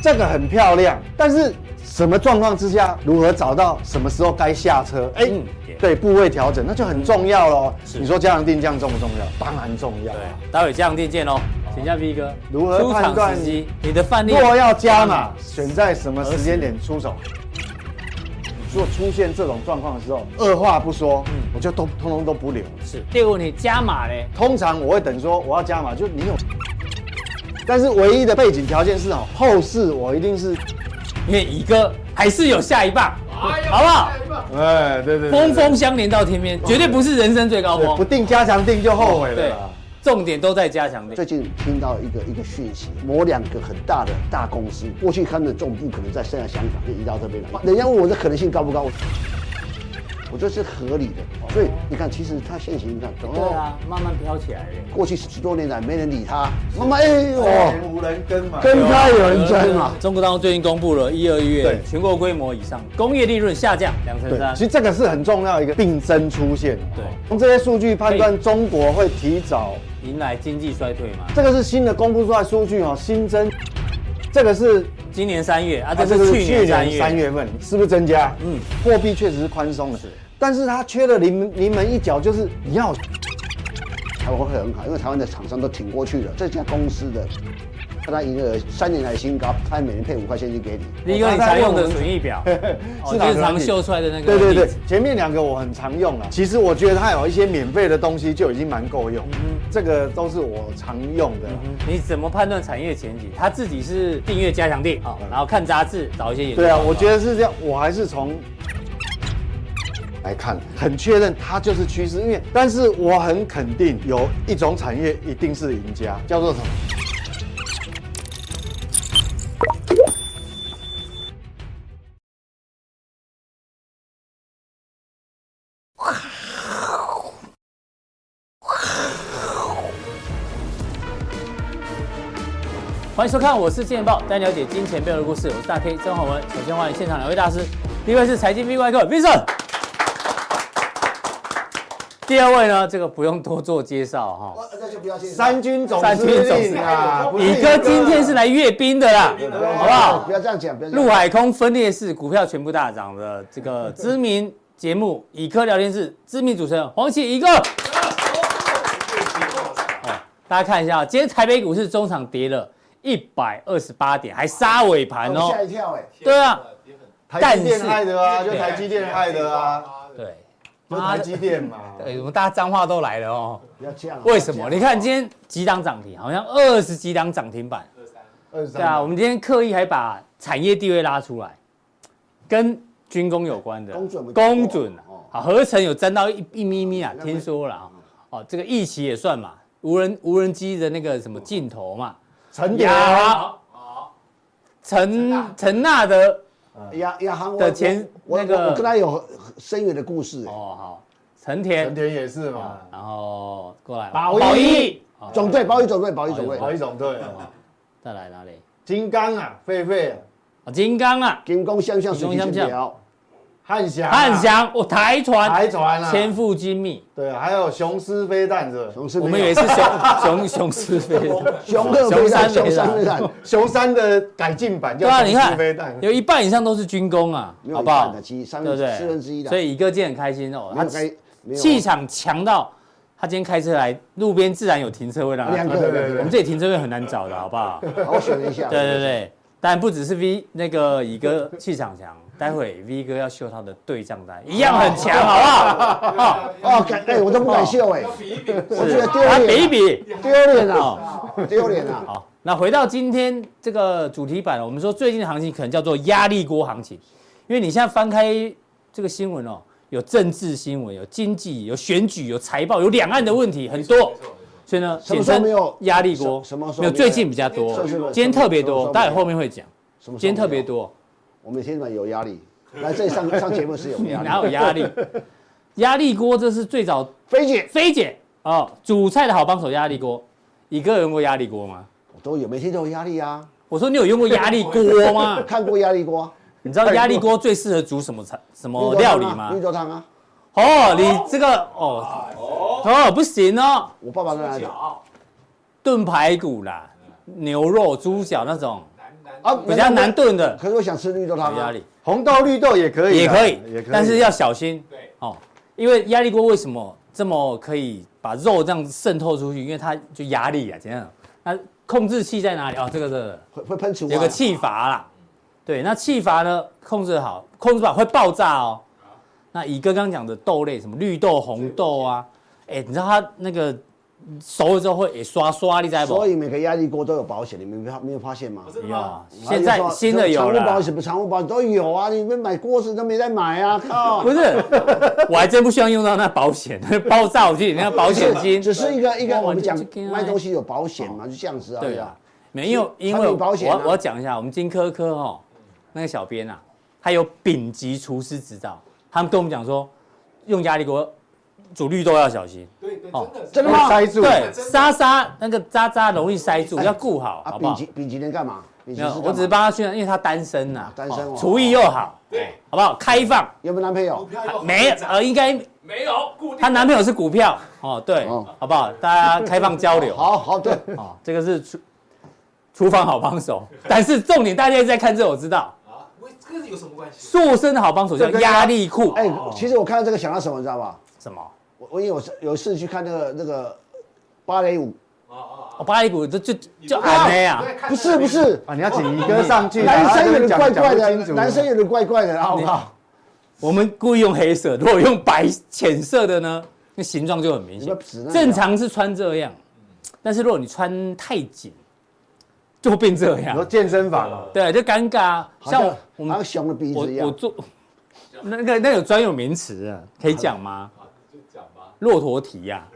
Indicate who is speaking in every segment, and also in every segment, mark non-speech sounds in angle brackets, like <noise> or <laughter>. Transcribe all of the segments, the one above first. Speaker 1: 这个很漂亮，但是什么状况之下，如何找到什么时候该下车？哎、
Speaker 2: 嗯也
Speaker 1: 对，嗯部位调整那就很重要喽。
Speaker 2: 是
Speaker 1: 你说加强定降重不重要？当然重要啊。
Speaker 2: 对，待会这样定见哦。请教 V 哥，
Speaker 1: 如何
Speaker 2: 出
Speaker 1: 判
Speaker 2: 场
Speaker 1: 断
Speaker 2: 时机？你的范例
Speaker 1: 若要加码，选在什么时间点出手？你如果出现这种状况的时候，二话不说，我就都通通都不留。
Speaker 2: 是。第二个问题，加码嘞，
Speaker 1: 通常我会等说我要加码，就你有，但是唯一的背景条件是哦，后市我一定是，
Speaker 2: 因为乙哥还是有下一棒，好不好？
Speaker 1: 哎，对对
Speaker 2: 峰峰相连到天边，绝对不是人生最高
Speaker 1: 对，不
Speaker 2: 峰。
Speaker 1: 定加强定就后悔了
Speaker 2: 对
Speaker 1: 啦。，
Speaker 2: 重点都在加强力。
Speaker 3: 最近听到一个一个讯息，某两个很大的大公司，过去他们的总部可能在现在香港，就移到这边来。人家问我这可能性高不高，我我这是合理的。哦所以你看，其实它现行，你看，
Speaker 2: 对啊，慢慢飘起来了。
Speaker 3: 过去十多年来没人理
Speaker 2: 啊
Speaker 3: 他，妈妈哎呦，
Speaker 1: 无人跟嘛
Speaker 3: 跟他有人争
Speaker 1: 啊
Speaker 3: 嘛。
Speaker 2: 中国大陆最近公布了一、二月
Speaker 1: 对
Speaker 2: 全国规模以上工业利润下降两成
Speaker 1: 对，
Speaker 2: 三
Speaker 1: 其，实这个是很重要的一个病症出现。
Speaker 2: 对
Speaker 1: 从这些数据判断，中国会提早，
Speaker 2: 迎来经济衰退嘛。
Speaker 1: 这个是新的公布出来数据哦，新增，这个是
Speaker 2: 今年三月啊，
Speaker 1: 啊
Speaker 2: 这是去年三
Speaker 1: 三
Speaker 2: 月，
Speaker 1: 月份是不是增加？
Speaker 2: 嗯
Speaker 1: 嗯，货币确实是宽松的，但是它缺了临临门一脚，就是你要
Speaker 3: 台湾会很好，因为台湾的厂商都挺过去了。这家公司的，看它营业额三年来新高，它每年配五块现金给你。
Speaker 2: 李哥你常用的损益
Speaker 1: <laughs>
Speaker 2: 表，
Speaker 1: 是
Speaker 2: 哦就
Speaker 1: 哪
Speaker 2: 是
Speaker 1: 个
Speaker 2: 常
Speaker 1: 软体
Speaker 2: 秀出来的那个
Speaker 1: 对对
Speaker 2: 例
Speaker 1: 对
Speaker 2: 子，
Speaker 1: 前面两个我很常用啊了。其实我觉得它有一些免费的东西就已经蛮够用，
Speaker 2: 嗯
Speaker 1: 这个都是我常用的啦。啊
Speaker 2: 你怎么判断产业前景？他自己是订阅加强地啊，然后看杂志找一些研究。
Speaker 1: 对啊，我觉得是这样，我还是从
Speaker 3: 哎
Speaker 1: 来看，很确认它就是趋势，因为但是我很肯定有一种产业一定是赢家，叫做什么？
Speaker 2: 欢迎收看，我是金钱豹，带你了解金钱背后的故事。我是大 K 曾焕文。首先欢迎现场两位大师，第一位是财经 V 怪客 Vincent，第二位呢，这个不用多做介绍哈、
Speaker 3: 那就不要
Speaker 1: 三军总
Speaker 2: 三
Speaker 1: 司
Speaker 2: 军总司
Speaker 1: 令
Speaker 2: 令
Speaker 1: 啊！不是
Speaker 2: 乙
Speaker 1: 一
Speaker 2: 哥
Speaker 1: 个
Speaker 2: 今天是来阅兵的啦，好不好
Speaker 3: 不？要这样讲，不要这样
Speaker 2: 陆
Speaker 3: 讲。
Speaker 2: 海空分裂式股票全部大涨的这 <laughs> 个知名节目《乙科聊天室》，知名主持人黄启乙哥。哦，大家看一下啊，今天台北股市中场跌了一百二十八点，还杀尾盘
Speaker 3: 我
Speaker 2: 哦
Speaker 3: 吓。一跳哎！
Speaker 2: 对啊，
Speaker 1: 台积电害的啊，就台积电害的啊，
Speaker 2: 对，哎
Speaker 1: 就台积电嘛。
Speaker 2: 对，我们大家脏话都来了哦。
Speaker 3: 不要这样。
Speaker 2: 为什么？你看今天几档涨停，好像二十几档涨停板。
Speaker 1: 二十三
Speaker 2: 对啊，我们今天刻意还把产业地位拉出来，跟军工有关的
Speaker 3: 公准没
Speaker 2: 公准啊
Speaker 3: 哦，
Speaker 2: 好，合成有沾到一一咪咪啊，听说了啊，哦，这个疫情也算嘛，无人无人机的那个什么镜头嘛，
Speaker 1: 陈点啊，
Speaker 2: 呀，陈陈纳德，
Speaker 3: 亚亚航我
Speaker 2: 的前
Speaker 3: 我我
Speaker 2: 那个
Speaker 3: 我跟他有深远的故事哎。
Speaker 2: 哦好，陈
Speaker 1: 陈
Speaker 2: 田，
Speaker 1: 田也是嘛，
Speaker 2: 然后过来
Speaker 1: 宝一
Speaker 2: 一，好
Speaker 3: 哦总队，保一总队，保一总
Speaker 2: 保
Speaker 3: 队，
Speaker 1: 好一种队啊，
Speaker 2: 再来哪里？
Speaker 1: 金刚啊，狒狒啊，
Speaker 2: 哦金刚啊，
Speaker 3: 金光相向，水
Speaker 2: 金光相
Speaker 3: 晶
Speaker 2: 向
Speaker 3: 金表，
Speaker 1: 汉翔啊，
Speaker 2: 汉翔，哦台船，
Speaker 1: 台船啊，
Speaker 2: 千富精密，
Speaker 1: 对啊，还有雄狮飞弹者，
Speaker 3: 总是
Speaker 2: 我们以为是 <laughs> 熊熊熊是非的。
Speaker 3: 熊二飞弹，
Speaker 2: 熊三
Speaker 3: 熊三
Speaker 2: 飞弹
Speaker 3: 飞
Speaker 2: <laughs>
Speaker 3: 弹，
Speaker 1: 雄三的改进版叫
Speaker 2: 对啊，你
Speaker 1: 雄狮
Speaker 2: 看
Speaker 1: 飞弹，，
Speaker 2: 有一半以上都是军工啊，
Speaker 3: 没有
Speaker 2: 好
Speaker 3: 一
Speaker 2: 不好
Speaker 3: 半的？其实三
Speaker 2: 对不
Speaker 3: 分
Speaker 2: 对？
Speaker 3: 四分之一的，
Speaker 2: 所以乙哥今天很开心哦，
Speaker 3: 没
Speaker 2: 他
Speaker 3: 有该没有
Speaker 2: 气场强到他今天开车来，路边自然有停车位让他
Speaker 3: 两
Speaker 1: 啊对
Speaker 3: 个
Speaker 1: 对
Speaker 2: 我
Speaker 1: 对
Speaker 3: 人，
Speaker 2: 们这里停车位很难找的，好不
Speaker 3: <laughs>
Speaker 2: 好？对
Speaker 3: 好我选一
Speaker 2: <laughs>
Speaker 3: 下。
Speaker 2: 对对，但不只是 V 那个乙哥气场强，待会 V 哥要秀他的对账单，一样很
Speaker 3: <laughs>
Speaker 2: 强，好不好？哦，
Speaker 3: 哦，感哎，我都不敢秀哎，我觉得丢
Speaker 2: 他比一
Speaker 3: 脸，
Speaker 2: 哦啊比。哦
Speaker 3: 丢脸啊， <laughs> 丢脸啊！
Speaker 2: 好，那回到今天这个主题版，我们说最近的行情可能叫做压力锅行情，因为你现在翻开这个新闻哦，有政治新闻，有经济，有选举，有财报，有两岸的问题，很多。所以呢，
Speaker 3: 什么
Speaker 2: 简
Speaker 3: 时候
Speaker 2: 称
Speaker 3: 没有
Speaker 2: 压力锅？
Speaker 3: 什什么时候
Speaker 2: 没有？
Speaker 3: 没有
Speaker 2: 最近比较多，
Speaker 3: 什么时候
Speaker 2: 今天特别
Speaker 3: 什么时
Speaker 2: 多，
Speaker 3: 候
Speaker 2: 待会
Speaker 3: 没有
Speaker 2: 后面会讲。
Speaker 3: 什么时候
Speaker 2: 今天特别
Speaker 3: 没有，
Speaker 2: 多，
Speaker 3: 我们天晚有压力，来这里上上节目是有
Speaker 2: 你
Speaker 3: 压力。
Speaker 2: 哪有压
Speaker 3: <laughs>
Speaker 2: 力？压力锅这是最早
Speaker 3: 菲姐，
Speaker 2: 菲姐哦，煮菜的好帮手压力锅，你哥有用过压力锅吗？
Speaker 3: 我都有，每天都有压力啊，
Speaker 2: 我说你有用过压力锅吗？
Speaker 3: 看过压力锅。
Speaker 2: 你知道压力锅最适合煮什么菜、什么哦料理吗
Speaker 3: 绿？豆汤啊，
Speaker 2: 哦，你这个哦哦不行哦，
Speaker 3: 啊我爸爸在那里。
Speaker 2: 炖排骨啦、牛肉、猪脚那种。
Speaker 3: 啊
Speaker 2: 比较难哎炖的，
Speaker 3: 可是我想吃绿豆汤
Speaker 2: 有
Speaker 3: 啊
Speaker 2: 压力
Speaker 1: 红豆、绿豆也可以啊，
Speaker 2: 也可以
Speaker 1: 也可以，，
Speaker 2: 但是要小心。对，哦，因为压力锅为什么这么可以把肉这样渗透出去？因为它就压力啊，怎样？那控制器在哪里？哦，这个这个
Speaker 3: 会会喷出
Speaker 2: 有个气阀啦。对，那气阀呢控制好，控制不好会爆炸哦。那以哥刚讲的豆类，什么绿豆、红豆啊，哎，你知道它那个熟了之后会也刷刷，你知道不？
Speaker 3: 所以每个压力锅都有保险，你们没发没有发现吗？
Speaker 2: 有啊，
Speaker 3: 然后
Speaker 2: 现
Speaker 3: 就
Speaker 2: 在
Speaker 3: 说
Speaker 2: 新的有
Speaker 3: 常
Speaker 2: 了
Speaker 3: 务保
Speaker 2: 啦。
Speaker 3: 险不常务保险都有啊，你们买锅子都没在买
Speaker 2: <laughs>
Speaker 3: 啊，靠！
Speaker 2: 不是，我还真不希望用到那保险， <laughs> 爆炸我去领那保险金。
Speaker 3: 只是一个一个
Speaker 2: 哇
Speaker 3: 我们讲
Speaker 2: 这个啊
Speaker 3: 卖东西有保险嘛，就这样子而
Speaker 2: 对
Speaker 3: 已
Speaker 2: 啊
Speaker 3: 啊。，
Speaker 2: 没有，
Speaker 3: 是
Speaker 2: 因
Speaker 3: 产
Speaker 2: 为
Speaker 3: 品保
Speaker 2: 我
Speaker 3: 险啊
Speaker 2: 我要讲一下，我们金科科哈，那个小编啊，他有丙级厨师执照，他们跟我们讲说，用压力锅煮绿豆要小心，
Speaker 4: 对对，
Speaker 2: 哦
Speaker 4: 真的是
Speaker 3: 真的
Speaker 1: 会
Speaker 3: 吗？
Speaker 1: 塞住，
Speaker 2: 对，
Speaker 4: 真的
Speaker 2: 沙沙那个渣渣容易塞住，
Speaker 3: 哎
Speaker 2: 要顾好，
Speaker 3: 啊，
Speaker 2: 好不
Speaker 3: 丙
Speaker 2: 好
Speaker 3: 级？丙级能干嘛？丙级
Speaker 2: 没
Speaker 3: 是
Speaker 2: 有
Speaker 3: 干，嘛
Speaker 2: 我只是帮他宣传，因为他单身呐，
Speaker 3: 单身
Speaker 2: 哦
Speaker 3: 哦
Speaker 2: 厨艺又好，
Speaker 4: 对，
Speaker 2: 好不好？开放，
Speaker 3: 有没有男朋
Speaker 4: 股
Speaker 2: 哦
Speaker 3: 友？
Speaker 4: 票又
Speaker 2: 没有呃，应该
Speaker 4: 没有固定，
Speaker 2: 她男朋友是股票哦，对，
Speaker 3: 哦
Speaker 2: 好不好？大家开放交流。
Speaker 3: 好好对，
Speaker 2: 哦，这个是厨厨房好帮手，但是重点大家一直在看这，我知道，
Speaker 4: 啊，我跟这有什么关系？
Speaker 2: 塑身的好帮手叫
Speaker 3: 这个
Speaker 2: 压力裤，
Speaker 3: 哎
Speaker 2: 哎，，
Speaker 3: 其实我看到这个想到什么，你知道吧？
Speaker 2: 什么？
Speaker 3: 我我因为我是有一次去看那个那个芭蕾舞，
Speaker 4: 啊啊
Speaker 2: 哦，芭蕾鼓就就
Speaker 4: 你
Speaker 2: 就
Speaker 4: 不知道
Speaker 2: 俺那样，
Speaker 4: 啊！
Speaker 3: 不是不，是，
Speaker 1: 啊，你要请一哥上去，
Speaker 3: 男生有
Speaker 1: 你
Speaker 3: 点怪怪的，啊男生有点怪怪的，好不好？
Speaker 2: 我们故意用黑色，如果用白浅色的呢，那形状就很明
Speaker 3: 你们指
Speaker 2: 显。
Speaker 3: 那个啊
Speaker 2: 正常是穿这样，但是如果你穿太紧，就会变这
Speaker 1: 你说
Speaker 2: 样，
Speaker 1: 健身房哦，
Speaker 2: 对，就尴尬啊。
Speaker 3: 好
Speaker 2: 像
Speaker 3: 像
Speaker 2: 我
Speaker 3: 好
Speaker 2: 们
Speaker 3: 像熊的鼻
Speaker 2: 我
Speaker 3: 子一
Speaker 2: 我
Speaker 3: 样。
Speaker 2: 做 <laughs> 那个那有专有名词啊，可以讲吗？
Speaker 4: 就讲吧，
Speaker 2: 骆驼蹄呀、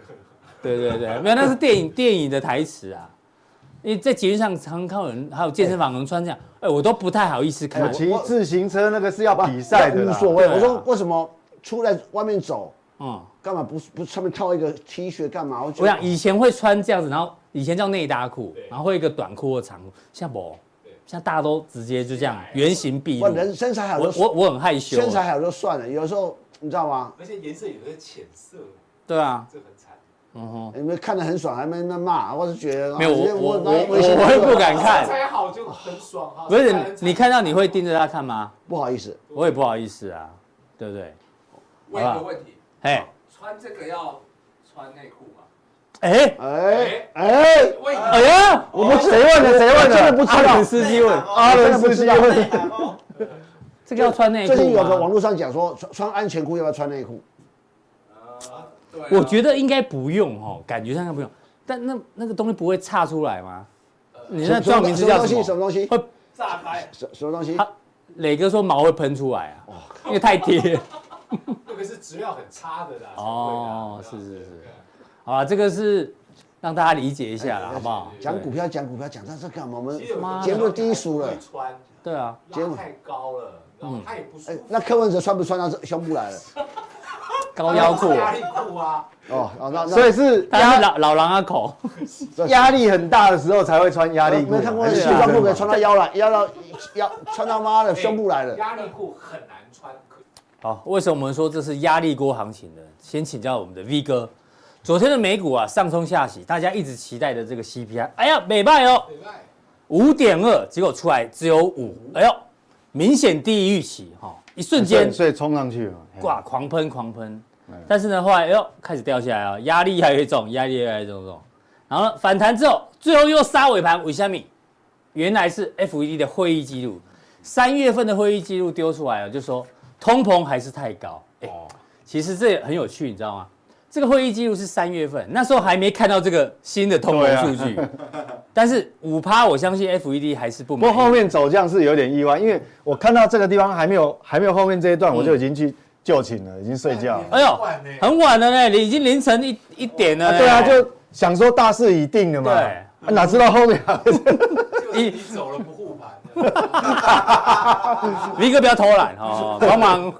Speaker 2: 对对对，
Speaker 3: <laughs>
Speaker 2: 没有，那是电影电影的台词啊。因为在节目上常看有人，还有健身房有人穿这样，哎、我都不太好意思
Speaker 3: 哎
Speaker 1: 我
Speaker 2: 看。
Speaker 1: 骑自行车那个是要比赛的
Speaker 3: 无
Speaker 1: 啦，
Speaker 3: 所谓。
Speaker 2: 对啊
Speaker 3: 我说为什么出来外面走，
Speaker 2: 嗯，
Speaker 3: 干嘛不不上面套一个 T 恤干嘛？我觉
Speaker 2: 我
Speaker 3: 得
Speaker 2: 想以前会穿这样子，然后以前叫内搭裤，然后会有一个短裤或长裤，现在不，现在大家都直接就这样原形毕露
Speaker 3: 我。哎人身材好
Speaker 2: 我啊
Speaker 3: 就
Speaker 2: 我我很害羞。
Speaker 3: 身材好就算了，有时候你知道吗？
Speaker 4: 而且颜色有的浅色，
Speaker 2: 对啊，
Speaker 4: 这很惨。
Speaker 3: 你们看得很爽，还没那骂，我是觉得
Speaker 2: 哦没有
Speaker 3: 啊直接
Speaker 2: 我我
Speaker 3: 拿
Speaker 2: 我我
Speaker 3: 微信
Speaker 2: 我会不敢
Speaker 4: 身
Speaker 2: 看，
Speaker 4: 材好就很爽哈。
Speaker 2: 不
Speaker 4: 身
Speaker 2: 是
Speaker 4: 材很惨
Speaker 2: 你看到你会盯着他看吗？
Speaker 3: 不好意思，
Speaker 2: 我也不好意思啊，对不对？
Speaker 5: 问一个问题，
Speaker 2: 哎
Speaker 5: 穿这个要穿内裤啊吗？
Speaker 2: 哎
Speaker 3: 哎哎，
Speaker 5: 问一个
Speaker 2: 哎呀，
Speaker 1: 我不谁问的谁
Speaker 3: 我
Speaker 1: 问
Speaker 3: 真的
Speaker 1: 的，
Speaker 3: 不知
Speaker 2: 阿
Speaker 3: 道
Speaker 2: 伦。司机问，
Speaker 1: 阿伦司机问，
Speaker 2: 这个要穿内裤啊
Speaker 3: 最
Speaker 2: 吗
Speaker 3: 近有个网络上讲说穿穿安全裤要不要穿内裤？
Speaker 5: 呃，对啊，
Speaker 2: 我觉得应该不用哦，感觉上应该不用。但那那个东西不会岔出来吗？你那专有名词叫
Speaker 3: 什
Speaker 2: 什
Speaker 3: 么
Speaker 2: 么？
Speaker 3: 什么东西
Speaker 2: 会
Speaker 5: 炸开，
Speaker 3: 什什么东西？
Speaker 2: 他磊哥说毛会喷出来啊，因为太贴。
Speaker 4: 那个是质量很差的啦。 <laughs>
Speaker 2: 哦，
Speaker 4: 才
Speaker 2: 是
Speaker 4: 会的
Speaker 2: 是是，好啊，这个是让大家理解一下啦，好不好？
Speaker 3: 讲股票讲股票讲到这干嘛？我们
Speaker 4: 其实有
Speaker 2: 妈
Speaker 4: 的
Speaker 3: 节目低俗了
Speaker 4: 会穿
Speaker 2: 对啊，
Speaker 3: 节目
Speaker 4: 拉太高了，
Speaker 2: 嗯
Speaker 4: 然后他也不舒
Speaker 3: 哎
Speaker 4: 服。，
Speaker 3: 那柯文哲穿不穿到这胸部来了？
Speaker 2: 高腰
Speaker 4: <laughs>
Speaker 2: 裤，
Speaker 4: 压力裤啊，
Speaker 3: 哦，哦那那
Speaker 1: 所以是
Speaker 2: 他是
Speaker 1: 压
Speaker 2: 老老狼阿口，
Speaker 1: 压力很大的时候才会穿压力裤，啊
Speaker 3: 没看过
Speaker 1: 还是
Speaker 3: 西装裤给穿到腰来，腰到腰穿到妈的胸部来了。
Speaker 4: 压力裤很难穿，可
Speaker 2: 好，为什么我们说这是压力锅行情呢？先请教我们的 V 哥，昨天的美股啊上冲下洗，大家一直期待的这个 CPI，哎呀，美败哦，
Speaker 4: 对不对？
Speaker 2: 五点二，结果出来只有五，哎呦，明显低于预期哈、一瞬间
Speaker 1: 哎对所以冲上去嘛，
Speaker 2: 挂狂喷狂喷，但是呢后来哎呦开始掉下来啊，压力越来越重，压力越来越重重，然后呢反弹之后，最后又杀尾盘，为虾米？原来是 FED 的会议记录，三月份的会议记录丢出来了，就说通膨还是太高，哎、其实这也很有趣，你知道吗？这个会议记录是三月份，那时候还没看到这个新的通
Speaker 1: 对
Speaker 2: 膨
Speaker 1: 啊
Speaker 2: 数据，但是五趴，我相信 FED 还是不
Speaker 1: 不
Speaker 2: 满
Speaker 1: 过
Speaker 2: 意。
Speaker 1: 后面走降是有点意外，因为我看到这个地方还没有还没有后面这一
Speaker 2: 嗯
Speaker 1: 段，我就已经去就寝了，已经睡觉了。
Speaker 2: 哎
Speaker 4: 很晚呢
Speaker 2: 呦，很晚了呢，已经凌晨一一点了
Speaker 1: 啊
Speaker 2: 呢。
Speaker 1: 对啊，就想说大势已定了嘛，
Speaker 2: 对
Speaker 1: 啊哪知道后面还是
Speaker 4: 就是你走了不护盘的，
Speaker 2: V 哥不要偷懒哦，帮忙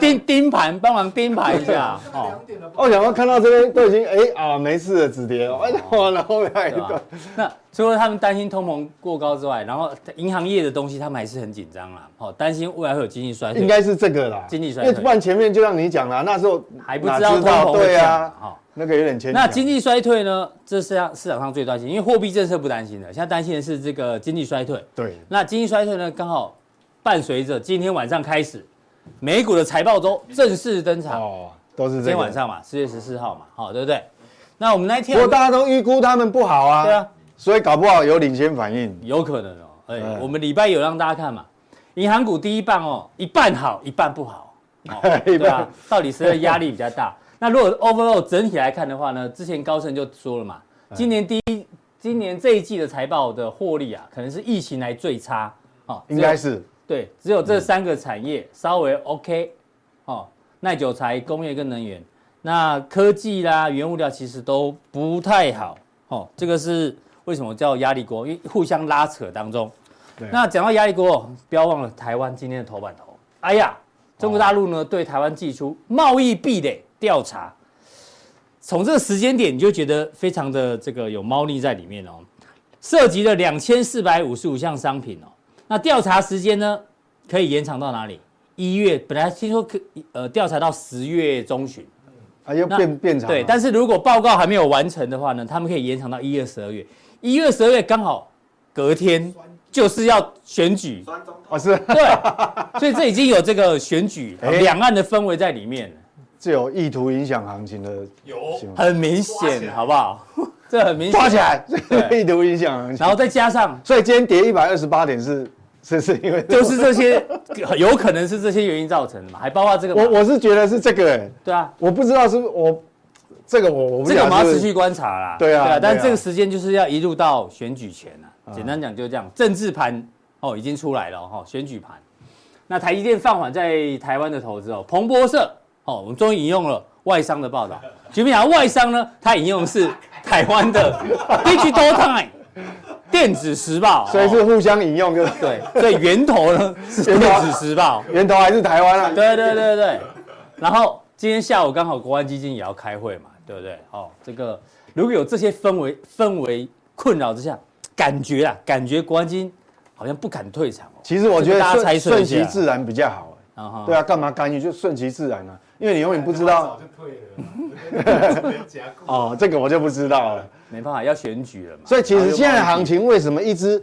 Speaker 2: 盯盯盘，帮忙盯盘
Speaker 1: <laughs>
Speaker 2: 一下
Speaker 4: 到
Speaker 2: 哦
Speaker 4: 两。点了，不
Speaker 1: 哦，想要看到这边都已经哎啊没事了，止跌了，哎，然后来一
Speaker 2: 对吧
Speaker 1: 段，？
Speaker 2: 那除了他们担心通膨过高之外，然后银行业的东西他们还是很紧张啦，好、担心未来会有经济衰退，
Speaker 1: 应该是这个啦，
Speaker 2: 经济衰
Speaker 1: 因
Speaker 2: 退
Speaker 1: 为不然前面就让你讲啦，那时候
Speaker 2: 还不
Speaker 1: 哪
Speaker 2: 知道通膨会哦
Speaker 1: 对
Speaker 2: 这样
Speaker 1: 啊，
Speaker 2: 好、
Speaker 1: 那个有点牵强。
Speaker 2: 那经济衰退呢？这是让市场上最担心，因为货币政策不担心的，现在担心的是这个经济衰退。
Speaker 1: 对
Speaker 2: 那经济衰退呢，刚好伴随着今天晚上开始，美股的财报周正式登场。
Speaker 1: 哦，都是
Speaker 2: 今
Speaker 1: 这
Speaker 2: 天
Speaker 1: 个
Speaker 2: 晚。上嘛，四月十四号嘛，好、对不对？那我们那一
Speaker 1: 不
Speaker 2: 天，
Speaker 1: 过大家都预估他们不好啊，
Speaker 2: 对啊，
Speaker 1: 所以搞不好有领先反应。
Speaker 2: 有可能哦。哎、
Speaker 1: 嗯
Speaker 2: 我们礼拜有让大家看嘛，银行股第一棒哦，一半好，一半不好，哦
Speaker 1: 一半
Speaker 2: 对啊，到底谁的压力比
Speaker 1: <laughs>
Speaker 2: 较大？那如果 overall 整体来看的话呢，之前高盛就说了嘛，
Speaker 1: 哎
Speaker 2: 今年第一，今年这一季的财报的获利啊，可能是疫情来最差哦，只有
Speaker 1: 应该是
Speaker 2: 对，只有这三个产业稍微 OK，哦，耐久材、工业跟能源，那科技啦、原物料其实都不太好，哦，这个是为什么叫压力锅？因为互相拉扯当中
Speaker 1: 对。
Speaker 2: 那讲到压力锅，不要忘了台湾今天的头版头。哎呀，中国大陆呢、对台湾寄出贸易壁垒调查，从这个时间点你就觉得非常的这个有猫腻在里面哦，涉及了两千四百五十五项商品哦。那调查时间呢，可以延长到哪里？一月本来听说可呃调查到十月中旬，
Speaker 1: 啊，又
Speaker 2: 那
Speaker 1: 变变长了。
Speaker 2: 对，但是如果报告还没有完成的话呢，他们可以延长到一月、十二月。一月、十二月刚好隔天就是要选举，
Speaker 4: 酸中
Speaker 1: 哦是
Speaker 2: 对，所以这已经有这个选举
Speaker 1: <laughs> 哎
Speaker 2: 两岸的氛围在里面了，
Speaker 1: 这有意图影响行情的
Speaker 4: 有
Speaker 1: 行为，
Speaker 2: 很明
Speaker 4: 抓起
Speaker 2: 显，
Speaker 4: 来
Speaker 2: 好不好？这很明显，
Speaker 1: 抓起来，
Speaker 2: 对
Speaker 1: 意图影响行情
Speaker 2: 然。后再加上
Speaker 1: 所以今天跌一百二十八点是是是因为
Speaker 2: 就是这些，有可能是这些原因造成的嘛，还包括这个嘛，
Speaker 1: 我我是觉得是这个、欸，
Speaker 2: 对啊，
Speaker 1: 我不知道是不是我这个我我不
Speaker 2: 这个我
Speaker 1: 晓
Speaker 2: 们要
Speaker 1: 得是
Speaker 2: 持
Speaker 1: 不是
Speaker 2: 续观察啦。
Speaker 1: 对啊对啊
Speaker 2: 但这个时间就是要一路到选举前啊。简单讲就是这样，政治盘哦已经出来了哦，选举盘。那台积电放缓在台湾的投资哦，彭博社哦，我们终于引用了外商的报道。举例讲，外商呢，它引用的是台湾
Speaker 1: <laughs>
Speaker 2: 的 Digital Time 电子时报，
Speaker 1: 所以
Speaker 2: 哦
Speaker 1: 是互相引用跟
Speaker 2: 对，所以源头呢是
Speaker 1: 源
Speaker 2: 电
Speaker 1: 头
Speaker 2: 子时报。
Speaker 1: 源头还是台湾啊。
Speaker 2: 对对对对。然后今天下午刚好国安基金也要开会嘛，对不对？哦，这个如果有这些氛围氛围困扰之下，感觉啊，感觉国安基金好像不敢退场哦。
Speaker 1: 其实我觉
Speaker 2: 这个大
Speaker 1: 得
Speaker 2: 家猜
Speaker 1: 顺
Speaker 2: 测
Speaker 1: 顺
Speaker 2: 一下
Speaker 1: 其自然比较好、
Speaker 2: 啊哈
Speaker 1: 欸。对啊，干嘛干预就顺其自然啊，因为你永远不知道
Speaker 4: 早就退了啦，人家顾
Speaker 1: 哦，这个我就不知道了。
Speaker 2: 没办法，要选举了嘛。
Speaker 1: 所以其
Speaker 2: 然
Speaker 1: 实
Speaker 2: 后就
Speaker 1: 现在的
Speaker 2: 忘记
Speaker 1: 行情为什么一直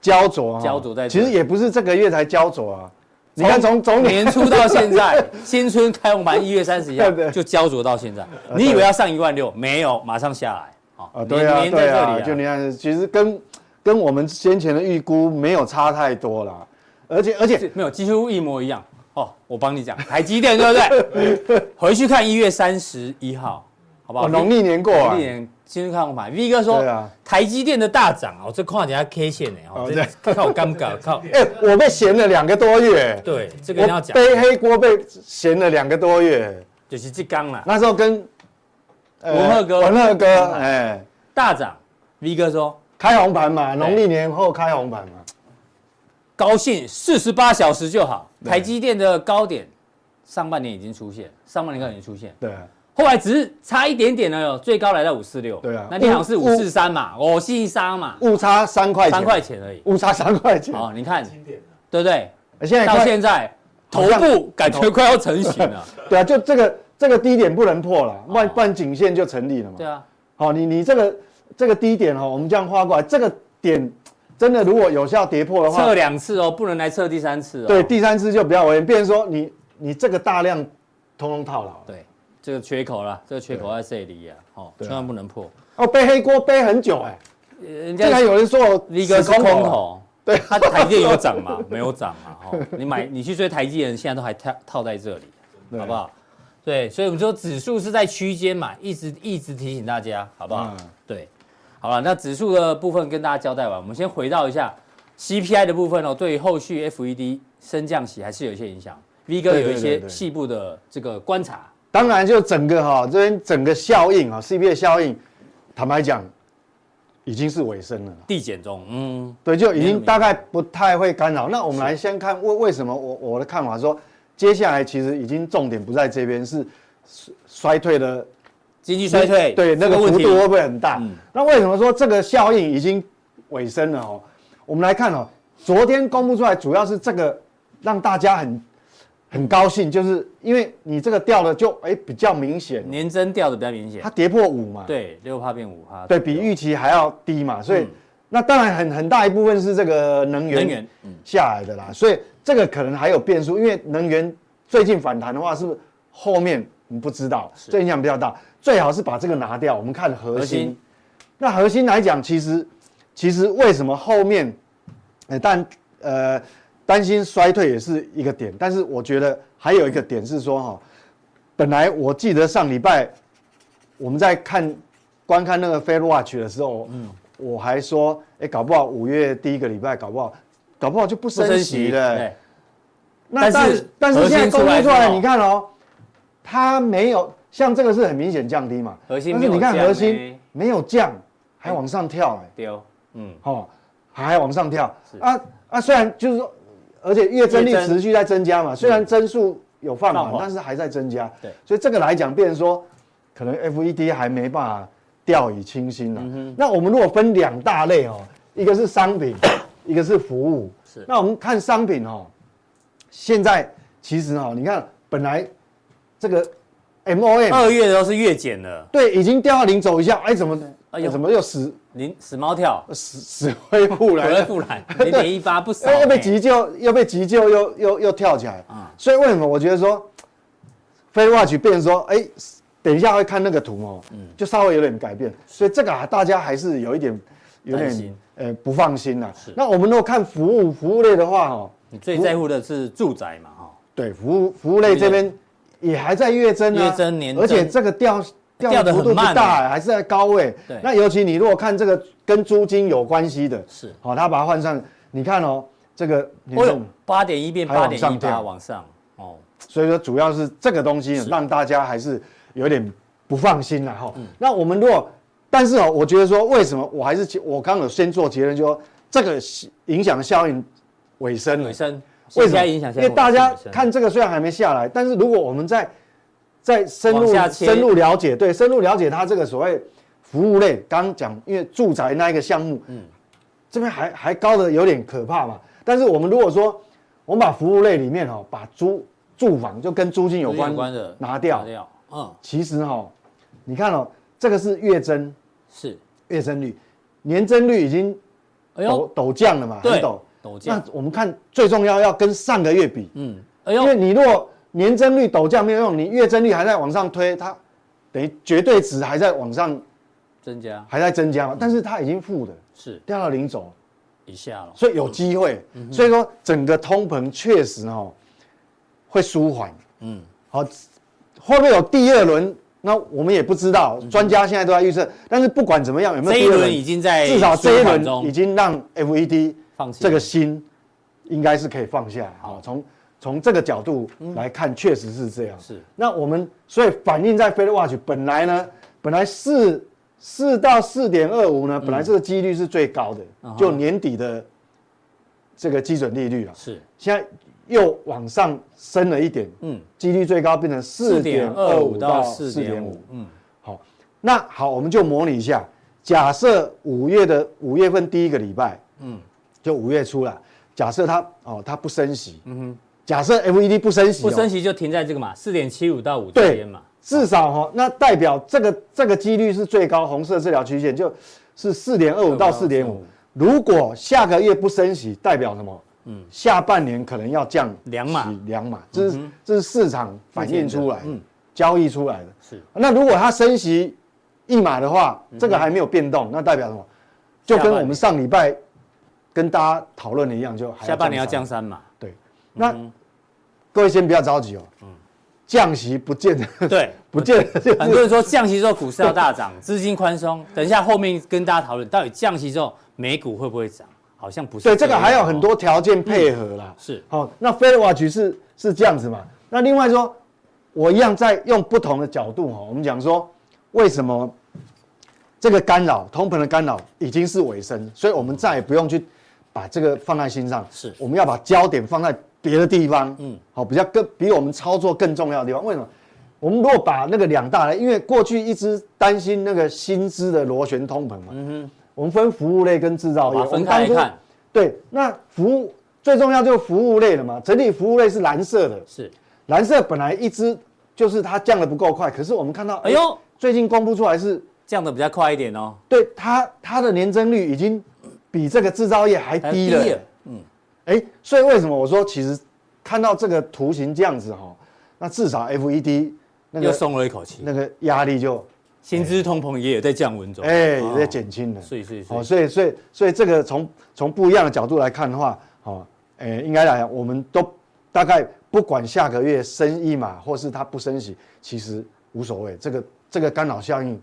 Speaker 1: 焦灼、啊？
Speaker 2: 焦灼在这
Speaker 1: 其实也不是这个月才焦灼啊。你看从从年
Speaker 2: <laughs> 年初到现在，新春开红盘一月三十一
Speaker 1: 对
Speaker 2: 号
Speaker 1: 对
Speaker 2: 就焦灼到现在。你以为要上一万六，没有，马上下来。
Speaker 1: 啊，
Speaker 2: 哦，
Speaker 1: 对
Speaker 2: 年
Speaker 1: 啊，
Speaker 2: 年
Speaker 1: 对
Speaker 2: 在这
Speaker 1: 啊，就
Speaker 2: 里
Speaker 1: 你
Speaker 2: 啊。
Speaker 1: 看，其实跟跟我们先前的预估没有差太多啦。而且而且
Speaker 2: 是没有，几乎一模一样。哦，我帮你讲，台积电对不
Speaker 1: <laughs>
Speaker 2: 对？回去看一月三十一号，好不好？
Speaker 1: 哦，农历年过啊
Speaker 2: 一，年先去看红盘。V 哥说，
Speaker 1: 对啊
Speaker 2: 台积电的大涨啊，我这看一下 K 线呢，哦
Speaker 1: 哦，
Speaker 2: 这靠尴
Speaker 1: <laughs>
Speaker 2: 尬，靠
Speaker 1: 哎、我被闲了两个多月，
Speaker 2: 对这个一定要
Speaker 1: 我
Speaker 2: 讲，
Speaker 1: 背黑锅被闲了两个多月。
Speaker 2: 就是这啊刚啦，
Speaker 1: 那时候跟、呃
Speaker 2: 文赫哥
Speaker 1: 文赫哥，
Speaker 2: 嗯
Speaker 1: 哎、
Speaker 2: 大涨。V 哥说
Speaker 1: 开红盘嘛，农历年后开红盘嘛，
Speaker 2: 高兴四十八小时就好，台积电的高点上半年已经出现，上半年高点已经出现，
Speaker 1: 对啊，
Speaker 2: 后来只是差一点点而已哦，最高来到五四六，
Speaker 1: 对啊
Speaker 2: 那你好像是
Speaker 1: 五
Speaker 2: 五四三嘛，我四三嘛，
Speaker 1: 误差三块钱，
Speaker 2: 三块钱而已。
Speaker 1: 误差三块钱，
Speaker 2: 哦，你看
Speaker 4: 经典了，
Speaker 2: 对不对？
Speaker 1: 现在
Speaker 2: 到
Speaker 1: 快
Speaker 2: 现在头
Speaker 1: 好像
Speaker 2: 部感觉快要成型
Speaker 1: <laughs>
Speaker 2: 了，
Speaker 1: 对啊，就这个这个低点不能破了，
Speaker 2: 哦
Speaker 1: 不然不然颈线就成立了嘛
Speaker 2: 对。啊。
Speaker 1: 好、你你这个这个低点哈、哦，我们这样画过来，这个点真的如果有效跌破的话
Speaker 2: 测，两次哦，不能来测第三次哦。
Speaker 1: 对，第三次就不要为，变成说你你这个大量通通套牢了。
Speaker 2: 对，这个缺口啦，这个缺口在这里呀、哦，
Speaker 1: 对啊
Speaker 2: 千万不能破。
Speaker 1: 哦，背黑锅背很久哎、
Speaker 2: 呃人
Speaker 1: 竟
Speaker 2: 家
Speaker 1: 然有人说我
Speaker 2: 力哥是
Speaker 1: 死
Speaker 2: 空
Speaker 1: 啊，
Speaker 2: 头，对，他台积电有涨吗？没有涨嘛，
Speaker 1: <laughs>
Speaker 2: 哦，你买你去追台积电，现在都还套套在这里，
Speaker 1: 对啊
Speaker 2: 好不好？对，所以我们说指数是在区间嘛，一直一直提醒大家，好不好？
Speaker 1: 嗯
Speaker 2: 对，好了，那指数的部分跟大家交代完，我们先回到一下 CPI 的部分哦，对于后续 FED 升降息还是有一些影响。V 哥
Speaker 1: 对
Speaker 2: 有一
Speaker 1: 对对
Speaker 2: 些
Speaker 1: 对
Speaker 2: 细部的这个观察，
Speaker 1: 当然就整个哈、这边整个效应啊、c p i 效应，坦白讲，已经是尾声了啦。
Speaker 2: 递减中，嗯，
Speaker 1: 对，就已
Speaker 2: 没有
Speaker 1: 经大概不太会干扰。那我们来先看为为什么我我的看法说接下来其实已经重点不在这边，是衰衰退的
Speaker 2: 经济衰退，
Speaker 1: 对那个
Speaker 2: 问
Speaker 1: 幅
Speaker 2: 题
Speaker 1: 度会不会很大
Speaker 2: 嗯？
Speaker 1: 那为什么说这个效应已经尾声了哦？我们来看哦，昨天公布出来，主要是这个让大家很很高兴，就是因为你这个掉了就哎比较明显，
Speaker 2: 年增掉的比较明显
Speaker 1: 它，跌破五嘛，
Speaker 2: 对，六趴变五趴，
Speaker 1: 对比预期还要低嘛，所以
Speaker 2: 嗯
Speaker 1: 那当然很很大一部分是这个能
Speaker 2: 能
Speaker 1: 源
Speaker 2: 源，嗯，
Speaker 1: 下来的啦，所以这个可能还有变数，因为能源最近反弹的话，是不是后面你不知道，这影响比较大。最好是把这个拿掉，我们看核心。
Speaker 2: 核心
Speaker 1: 那核心来讲，其实其实为什么后面，呃，但呃担心衰退也是一个点，但是我觉得还有一个点是说哈，本来我记得上礼拜我们在看观看那个 Fed Watch 的时候，嗯，我还说，哎、搞不好五月第一个礼拜，搞不好，搞不好就不
Speaker 2: 不
Speaker 1: 升息了。
Speaker 2: 对
Speaker 1: 那
Speaker 2: 但
Speaker 1: 但
Speaker 2: 是
Speaker 1: 是但是现在公布
Speaker 2: 核
Speaker 1: 出来，
Speaker 2: 心出来之后
Speaker 1: 你看哦，它没有像这个是很明显降低嘛，
Speaker 2: 核心
Speaker 1: 但
Speaker 2: 没
Speaker 1: 是
Speaker 2: 有
Speaker 1: 你看
Speaker 2: 降
Speaker 1: 核
Speaker 2: 欸
Speaker 1: 心没有降，还往上跳哎、
Speaker 2: 丢，嗯，
Speaker 1: 哦，还往上跳啊啊！虽然就是说，而且月增率
Speaker 2: 月增嗯
Speaker 1: 持续在增加嘛，虽然增速有放
Speaker 2: 放
Speaker 1: 缓
Speaker 2: 缓，
Speaker 1: 但是还在增加。
Speaker 2: 对
Speaker 1: 所以这个来讲，变成说可能 FED 还没办法掉以轻心了、
Speaker 2: 嗯
Speaker 1: 那我们如果分两大类哦，一个是商品，一个是服务。
Speaker 2: 是
Speaker 1: 那我们看商品哦，现在其实哦，你看本来这个 MOM
Speaker 2: 二月的时候是月减了，
Speaker 1: 对已经掉到零走一下，哎，怎么
Speaker 2: 哎呦
Speaker 1: 怎么又死
Speaker 2: 零死猫跳，
Speaker 1: 死死灰复燃
Speaker 2: 回
Speaker 1: 了
Speaker 2: 来？
Speaker 1: <laughs>
Speaker 2: 复燃零点一八不少
Speaker 1: 又
Speaker 2: 欸，
Speaker 1: 又被急救，又被急救，又又又跳起来。
Speaker 2: 啊
Speaker 1: 所以为什么我觉得说，飞 watch 变成说，哎、等一下会看那个图哦，
Speaker 2: 嗯
Speaker 1: 就稍微有点改变。所以这个啊，大家还是有一点，有
Speaker 2: 担
Speaker 1: 点
Speaker 2: 心
Speaker 1: 呃不放心啦。那我们如果看服务服务类的话哦，
Speaker 2: 你最在乎的是住宅嘛，哈，
Speaker 1: 对服务服务类这边也还在月增啊，
Speaker 2: 月增年增
Speaker 1: 而且这个掉
Speaker 2: 掉
Speaker 1: 掉
Speaker 2: 得
Speaker 1: 的
Speaker 2: 很
Speaker 1: 幅度不
Speaker 2: 慢
Speaker 1: 大、
Speaker 2: 欸
Speaker 1: 还是在高位
Speaker 2: 对。
Speaker 1: 那尤其你如果看这个跟租金有关系的，
Speaker 2: 是
Speaker 1: 好、它把它换上，你看哦，这个你
Speaker 2: 哦
Speaker 1: 看
Speaker 2: 呦，八点一变
Speaker 1: 还
Speaker 2: 八
Speaker 1: 往
Speaker 2: 点一
Speaker 1: 上
Speaker 2: 八
Speaker 1: 跳
Speaker 2: 往上，哦，
Speaker 1: 所以说主要是这个东西让大家还是有点不放心了哈。那我们如果，但是哦，我觉得说为什么我还是结我刚有先做结论，就说这个影响效应尾声了
Speaker 2: 尾。声，
Speaker 1: 为
Speaker 2: 现
Speaker 1: 什么？
Speaker 2: 在影响现
Speaker 1: 因
Speaker 2: 在
Speaker 1: 为大家
Speaker 2: 尾声
Speaker 1: 看这个虽然还没下来，但是如果我们在在深
Speaker 2: 往
Speaker 1: 入
Speaker 2: 下切
Speaker 1: 深入了解，对，深入了解它这个所谓服务类，刚刚讲因为住宅那一个项目，嗯，这边还还高的有点可怕嘛。但是我们如果说我们把服务类里面哦，把租住房就跟租金有关
Speaker 2: 有关的
Speaker 1: 拿掉
Speaker 2: 拿，掉，嗯，
Speaker 1: 其实哦，你看哦，这个是月增
Speaker 2: 是，
Speaker 1: 月增率，年增率已经
Speaker 2: 哎
Speaker 1: 陡
Speaker 2: 呦，
Speaker 1: 陡降了嘛，很
Speaker 2: 对
Speaker 1: 陡。
Speaker 2: 陡降
Speaker 1: 那，我们看最重要要跟上个月比，
Speaker 2: 嗯，哎
Speaker 1: 因为
Speaker 2: 呦，
Speaker 1: 你若年增率陡降没有用，你月增率还在往上推，它等于绝对值还在往上，
Speaker 2: 增加
Speaker 1: 还在增加
Speaker 2: 嗯
Speaker 1: 嘛。但是它已经负的，
Speaker 2: 是
Speaker 1: 掉到零走，
Speaker 2: 一下了，
Speaker 1: 所以有机会。所以说整个通膨确实哦会舒缓，
Speaker 2: 嗯，
Speaker 1: 好，会不会有第二轮？那我们也不知道，专家现在都在预测。但是不管怎么样，有没有
Speaker 2: 这
Speaker 1: 第
Speaker 2: 一
Speaker 1: 二
Speaker 2: 轮已经在
Speaker 1: 至少这一
Speaker 2: 循环
Speaker 1: 轮
Speaker 2: 中
Speaker 1: 已经让 E FED
Speaker 2: 放弃
Speaker 1: 这个心应该是可以放下
Speaker 2: 好
Speaker 1: 啊。从从这个角度来看，确实是这样。
Speaker 2: 是，
Speaker 1: 那我们所以反映在 Fed Watch 本来呢，本来四四到四点二五呢，本来这个几率是最高
Speaker 2: 嗯
Speaker 1: 的
Speaker 2: 哼，
Speaker 1: 就年底的这个基准利率啊，
Speaker 2: 是，
Speaker 1: 现在又往上升了一点，
Speaker 2: 嗯，
Speaker 1: 几率最高变成四
Speaker 2: 四
Speaker 1: 点
Speaker 2: 点
Speaker 1: 二
Speaker 2: 二
Speaker 1: 五
Speaker 2: 五
Speaker 1: 到
Speaker 2: 到
Speaker 1: 四
Speaker 2: 四
Speaker 1: 点
Speaker 2: 点
Speaker 1: 五
Speaker 2: 五。，嗯，
Speaker 1: 好，那好，我们就模拟一下，假设五月的五月份第一个礼拜，嗯，就五月初了，假设它哦它不升息，嗯哼，假设 FED 不升息、哦
Speaker 2: 不升
Speaker 1: 息，
Speaker 2: 息就停在这个嘛，四点七五到五之
Speaker 1: 对
Speaker 2: 间嘛，，
Speaker 1: 至少哈、哦，那代表这个这个几率是最高，红色这条曲线就是四点二五到四点
Speaker 2: 4.25
Speaker 1: 五。如果下个月不升息，代表什么？嗯，下半年可能要降
Speaker 2: 两码
Speaker 1: 息两码，这是、这是市场反映出来，
Speaker 2: 嗯
Speaker 1: 交易出来的。
Speaker 2: 是嗯
Speaker 1: 那如果它升息一码的话，这个还没有变动，那代表什么？就
Speaker 2: 下
Speaker 1: 跟
Speaker 2: 半年
Speaker 1: 我们上礼拜跟大家讨论的一样，就还
Speaker 2: 下半年要
Speaker 1: 三
Speaker 2: 降三嗯嘛，
Speaker 1: 对，那、各位先不要着急哦。
Speaker 2: 嗯
Speaker 1: 降息不见得，
Speaker 2: 对
Speaker 1: <laughs> 不见得就是
Speaker 2: 很多人说降息之后股市要大涨，资金宽松。等一下后面跟大家讨论，到底降息之后美股会不会涨？好像不是。哦
Speaker 1: 对，这个还有很多条件配合啦。
Speaker 2: 嗯是
Speaker 1: 好、那 Fed Watch 是是这样子嘛？那另外说，我一样在用不同的角度哦哈、我们讲说为什么这个干扰通膨的干扰已经是尾声，所以我们再也不用去把这个放在心上，
Speaker 2: 是
Speaker 1: 我们要把焦点放在别的地方，
Speaker 2: 嗯
Speaker 1: 嗯，好，比较更比我们操作更重要的地方。为什么？我们如果把那个两大类，因为过去一直担心那个薪资的螺旋通膨嘛，我们分服务类跟制造业，
Speaker 2: 嗯把
Speaker 1: 我们
Speaker 2: 它分开来
Speaker 1: 当初
Speaker 2: 看，
Speaker 1: 对，那服务最重要就是服务类了嘛，整体服务类是蓝色的，
Speaker 2: 是，
Speaker 1: 蓝色本来一直就是它降的不够快，可是我们看到，
Speaker 2: 哎呦，
Speaker 1: 最近公布出来是
Speaker 2: 降的比较快一点哦，
Speaker 1: 对它它的年增率已经比这个制造业还
Speaker 2: 还
Speaker 1: 低了，哎，所以为什么我说其实看到这个图形这样子哈，那至少 FED 那
Speaker 2: 又
Speaker 1: 个
Speaker 2: 松了一口气，
Speaker 1: 那个压力就
Speaker 2: 薪资通膨也有在降温中，
Speaker 1: 哎
Speaker 2: 哦
Speaker 1: 也在，减轻了。
Speaker 2: 所以所以所
Speaker 1: 哦，
Speaker 2: 以
Speaker 1: 所以所以所以这个从从不一样的角度来看的话，哦，诶、应该来讲，我们都大概不管下个月升一码，或是它不升息，其实无所谓。这个这个干扰效应，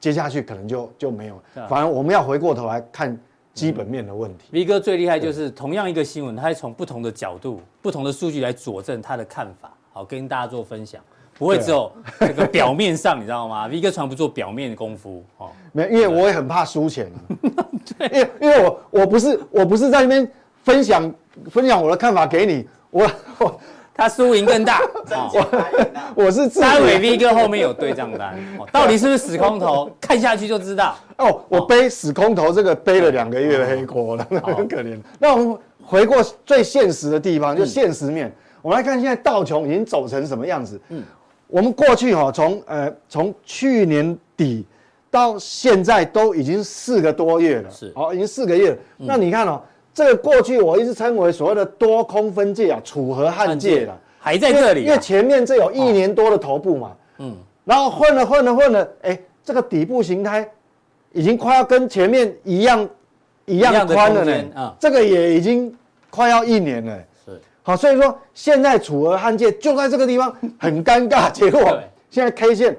Speaker 1: 接下去可能就就没有
Speaker 2: 对啊
Speaker 1: 了。反而我们要回过头来看基本面的问题。
Speaker 2: V 哥最厉害就是同样一个新闻，他会从不同的角度、不同的数据来佐证他的看法，好跟大家做分享，不
Speaker 1: 啊
Speaker 2: 会只有这个表面上，你知道吗
Speaker 1: <laughs>
Speaker 2: ？V 哥从来不做表面功夫哦，
Speaker 1: 没有，因为我也很怕输钱、啊。
Speaker 2: <laughs>
Speaker 1: 因为因为我我不是我不是在那边分享分享我的看法给你，我我
Speaker 2: 他输赢
Speaker 1: <laughs>
Speaker 2: 更大。哦
Speaker 1: 我是自己
Speaker 2: 待会 V 哥后面有对账单，哦，到底是不是死空头？
Speaker 1: 啊
Speaker 2: 看下去就知道。
Speaker 1: <laughs> 哦，我背死空头这个背了两个月的黑锅了，很可怜。那我们回过最现实的地方，就现实面，我们来看现在道琼已经走成什么样子。嗯，我们过去哈、从呃从去年底到现在都已经四个多月了，
Speaker 2: 是
Speaker 1: 哦，已经四个月了。那你看哦，这个过去我一直称为所谓的多空分界啊，楚河汉界了。
Speaker 2: 还在这里
Speaker 1: 因为
Speaker 2: 啊，
Speaker 1: 前面这有一年多的头部嘛，
Speaker 2: 嗯
Speaker 1: 嗯，然后混了混了混了，哎，这个底部形态已经快要跟前面一样一
Speaker 2: 一样
Speaker 1: 样
Speaker 2: 的
Speaker 1: 宽了
Speaker 2: 空间
Speaker 1: 呢
Speaker 2: 啊，
Speaker 1: 这个也已经快要一年了。
Speaker 2: 是
Speaker 1: 好，所以说现在楚河汉界就在这个地方，很尴尬。结果
Speaker 2: 对
Speaker 1: 现在 K 线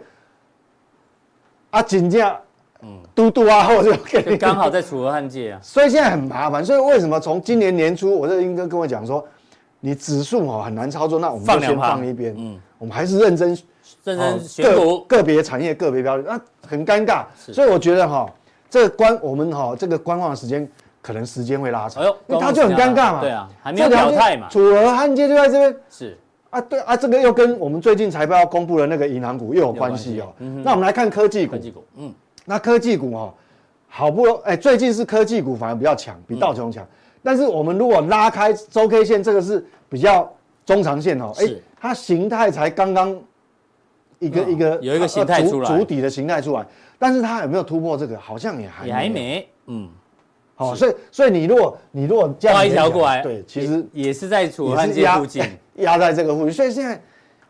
Speaker 1: 啊，紧接嗯，嘟嘟啊，我就给
Speaker 2: 就
Speaker 1: 你
Speaker 2: 刚好在楚河汉界啊。
Speaker 1: 所以现在很麻烦。所以为什么从今年年初，我就英哥跟我讲说，你指数哦很难操作，那 <laughs> 我们
Speaker 2: 放
Speaker 1: 就
Speaker 2: 两
Speaker 1: 先
Speaker 2: 旁
Speaker 1: 放一边，
Speaker 2: 嗯
Speaker 1: 嗯，我们还是认真
Speaker 2: 认
Speaker 1: 哦
Speaker 2: 真选股，
Speaker 1: 个个别产业、个别标的，那很尴尬。所以我觉得哈，这个观我们哈这个观望的时间可能时间会拉长，
Speaker 2: 哎呦
Speaker 1: 因为它就很尴尬嘛。
Speaker 2: 对啊还没有表态嘛
Speaker 1: 这两天楚河汉界就在这边。
Speaker 2: 是
Speaker 1: 啊，对啊，这个又跟我们最近财报要公布的那个银行股又有关系
Speaker 2: 有
Speaker 1: 哦
Speaker 2: 关。系嗯哼
Speaker 1: 那我们来看科技股
Speaker 2: 科，技股，嗯，
Speaker 1: 那科技股哦，好不容哎，最近是科技股反而比较强，比道琼强。但是我们如果拉开周 K 线，这个是比较中长线哦，哎
Speaker 2: 是，
Speaker 1: 它形态才刚刚一个
Speaker 2: 嗯
Speaker 1: 一个
Speaker 2: 有一个形态
Speaker 1: 呃主
Speaker 2: 出来
Speaker 1: 主底的形态出来，但是它有没有突破这个？好像也还
Speaker 2: 也还。没，嗯，
Speaker 1: 好，所以所以你如果你如果这样
Speaker 2: 画一条过来，
Speaker 1: 啊对，其实
Speaker 2: 也也是在楚河
Speaker 1: 也
Speaker 2: 汉
Speaker 1: 是
Speaker 2: 界
Speaker 1: 压 <laughs>
Speaker 2: 附近，
Speaker 1: 压在这个附近，所以现在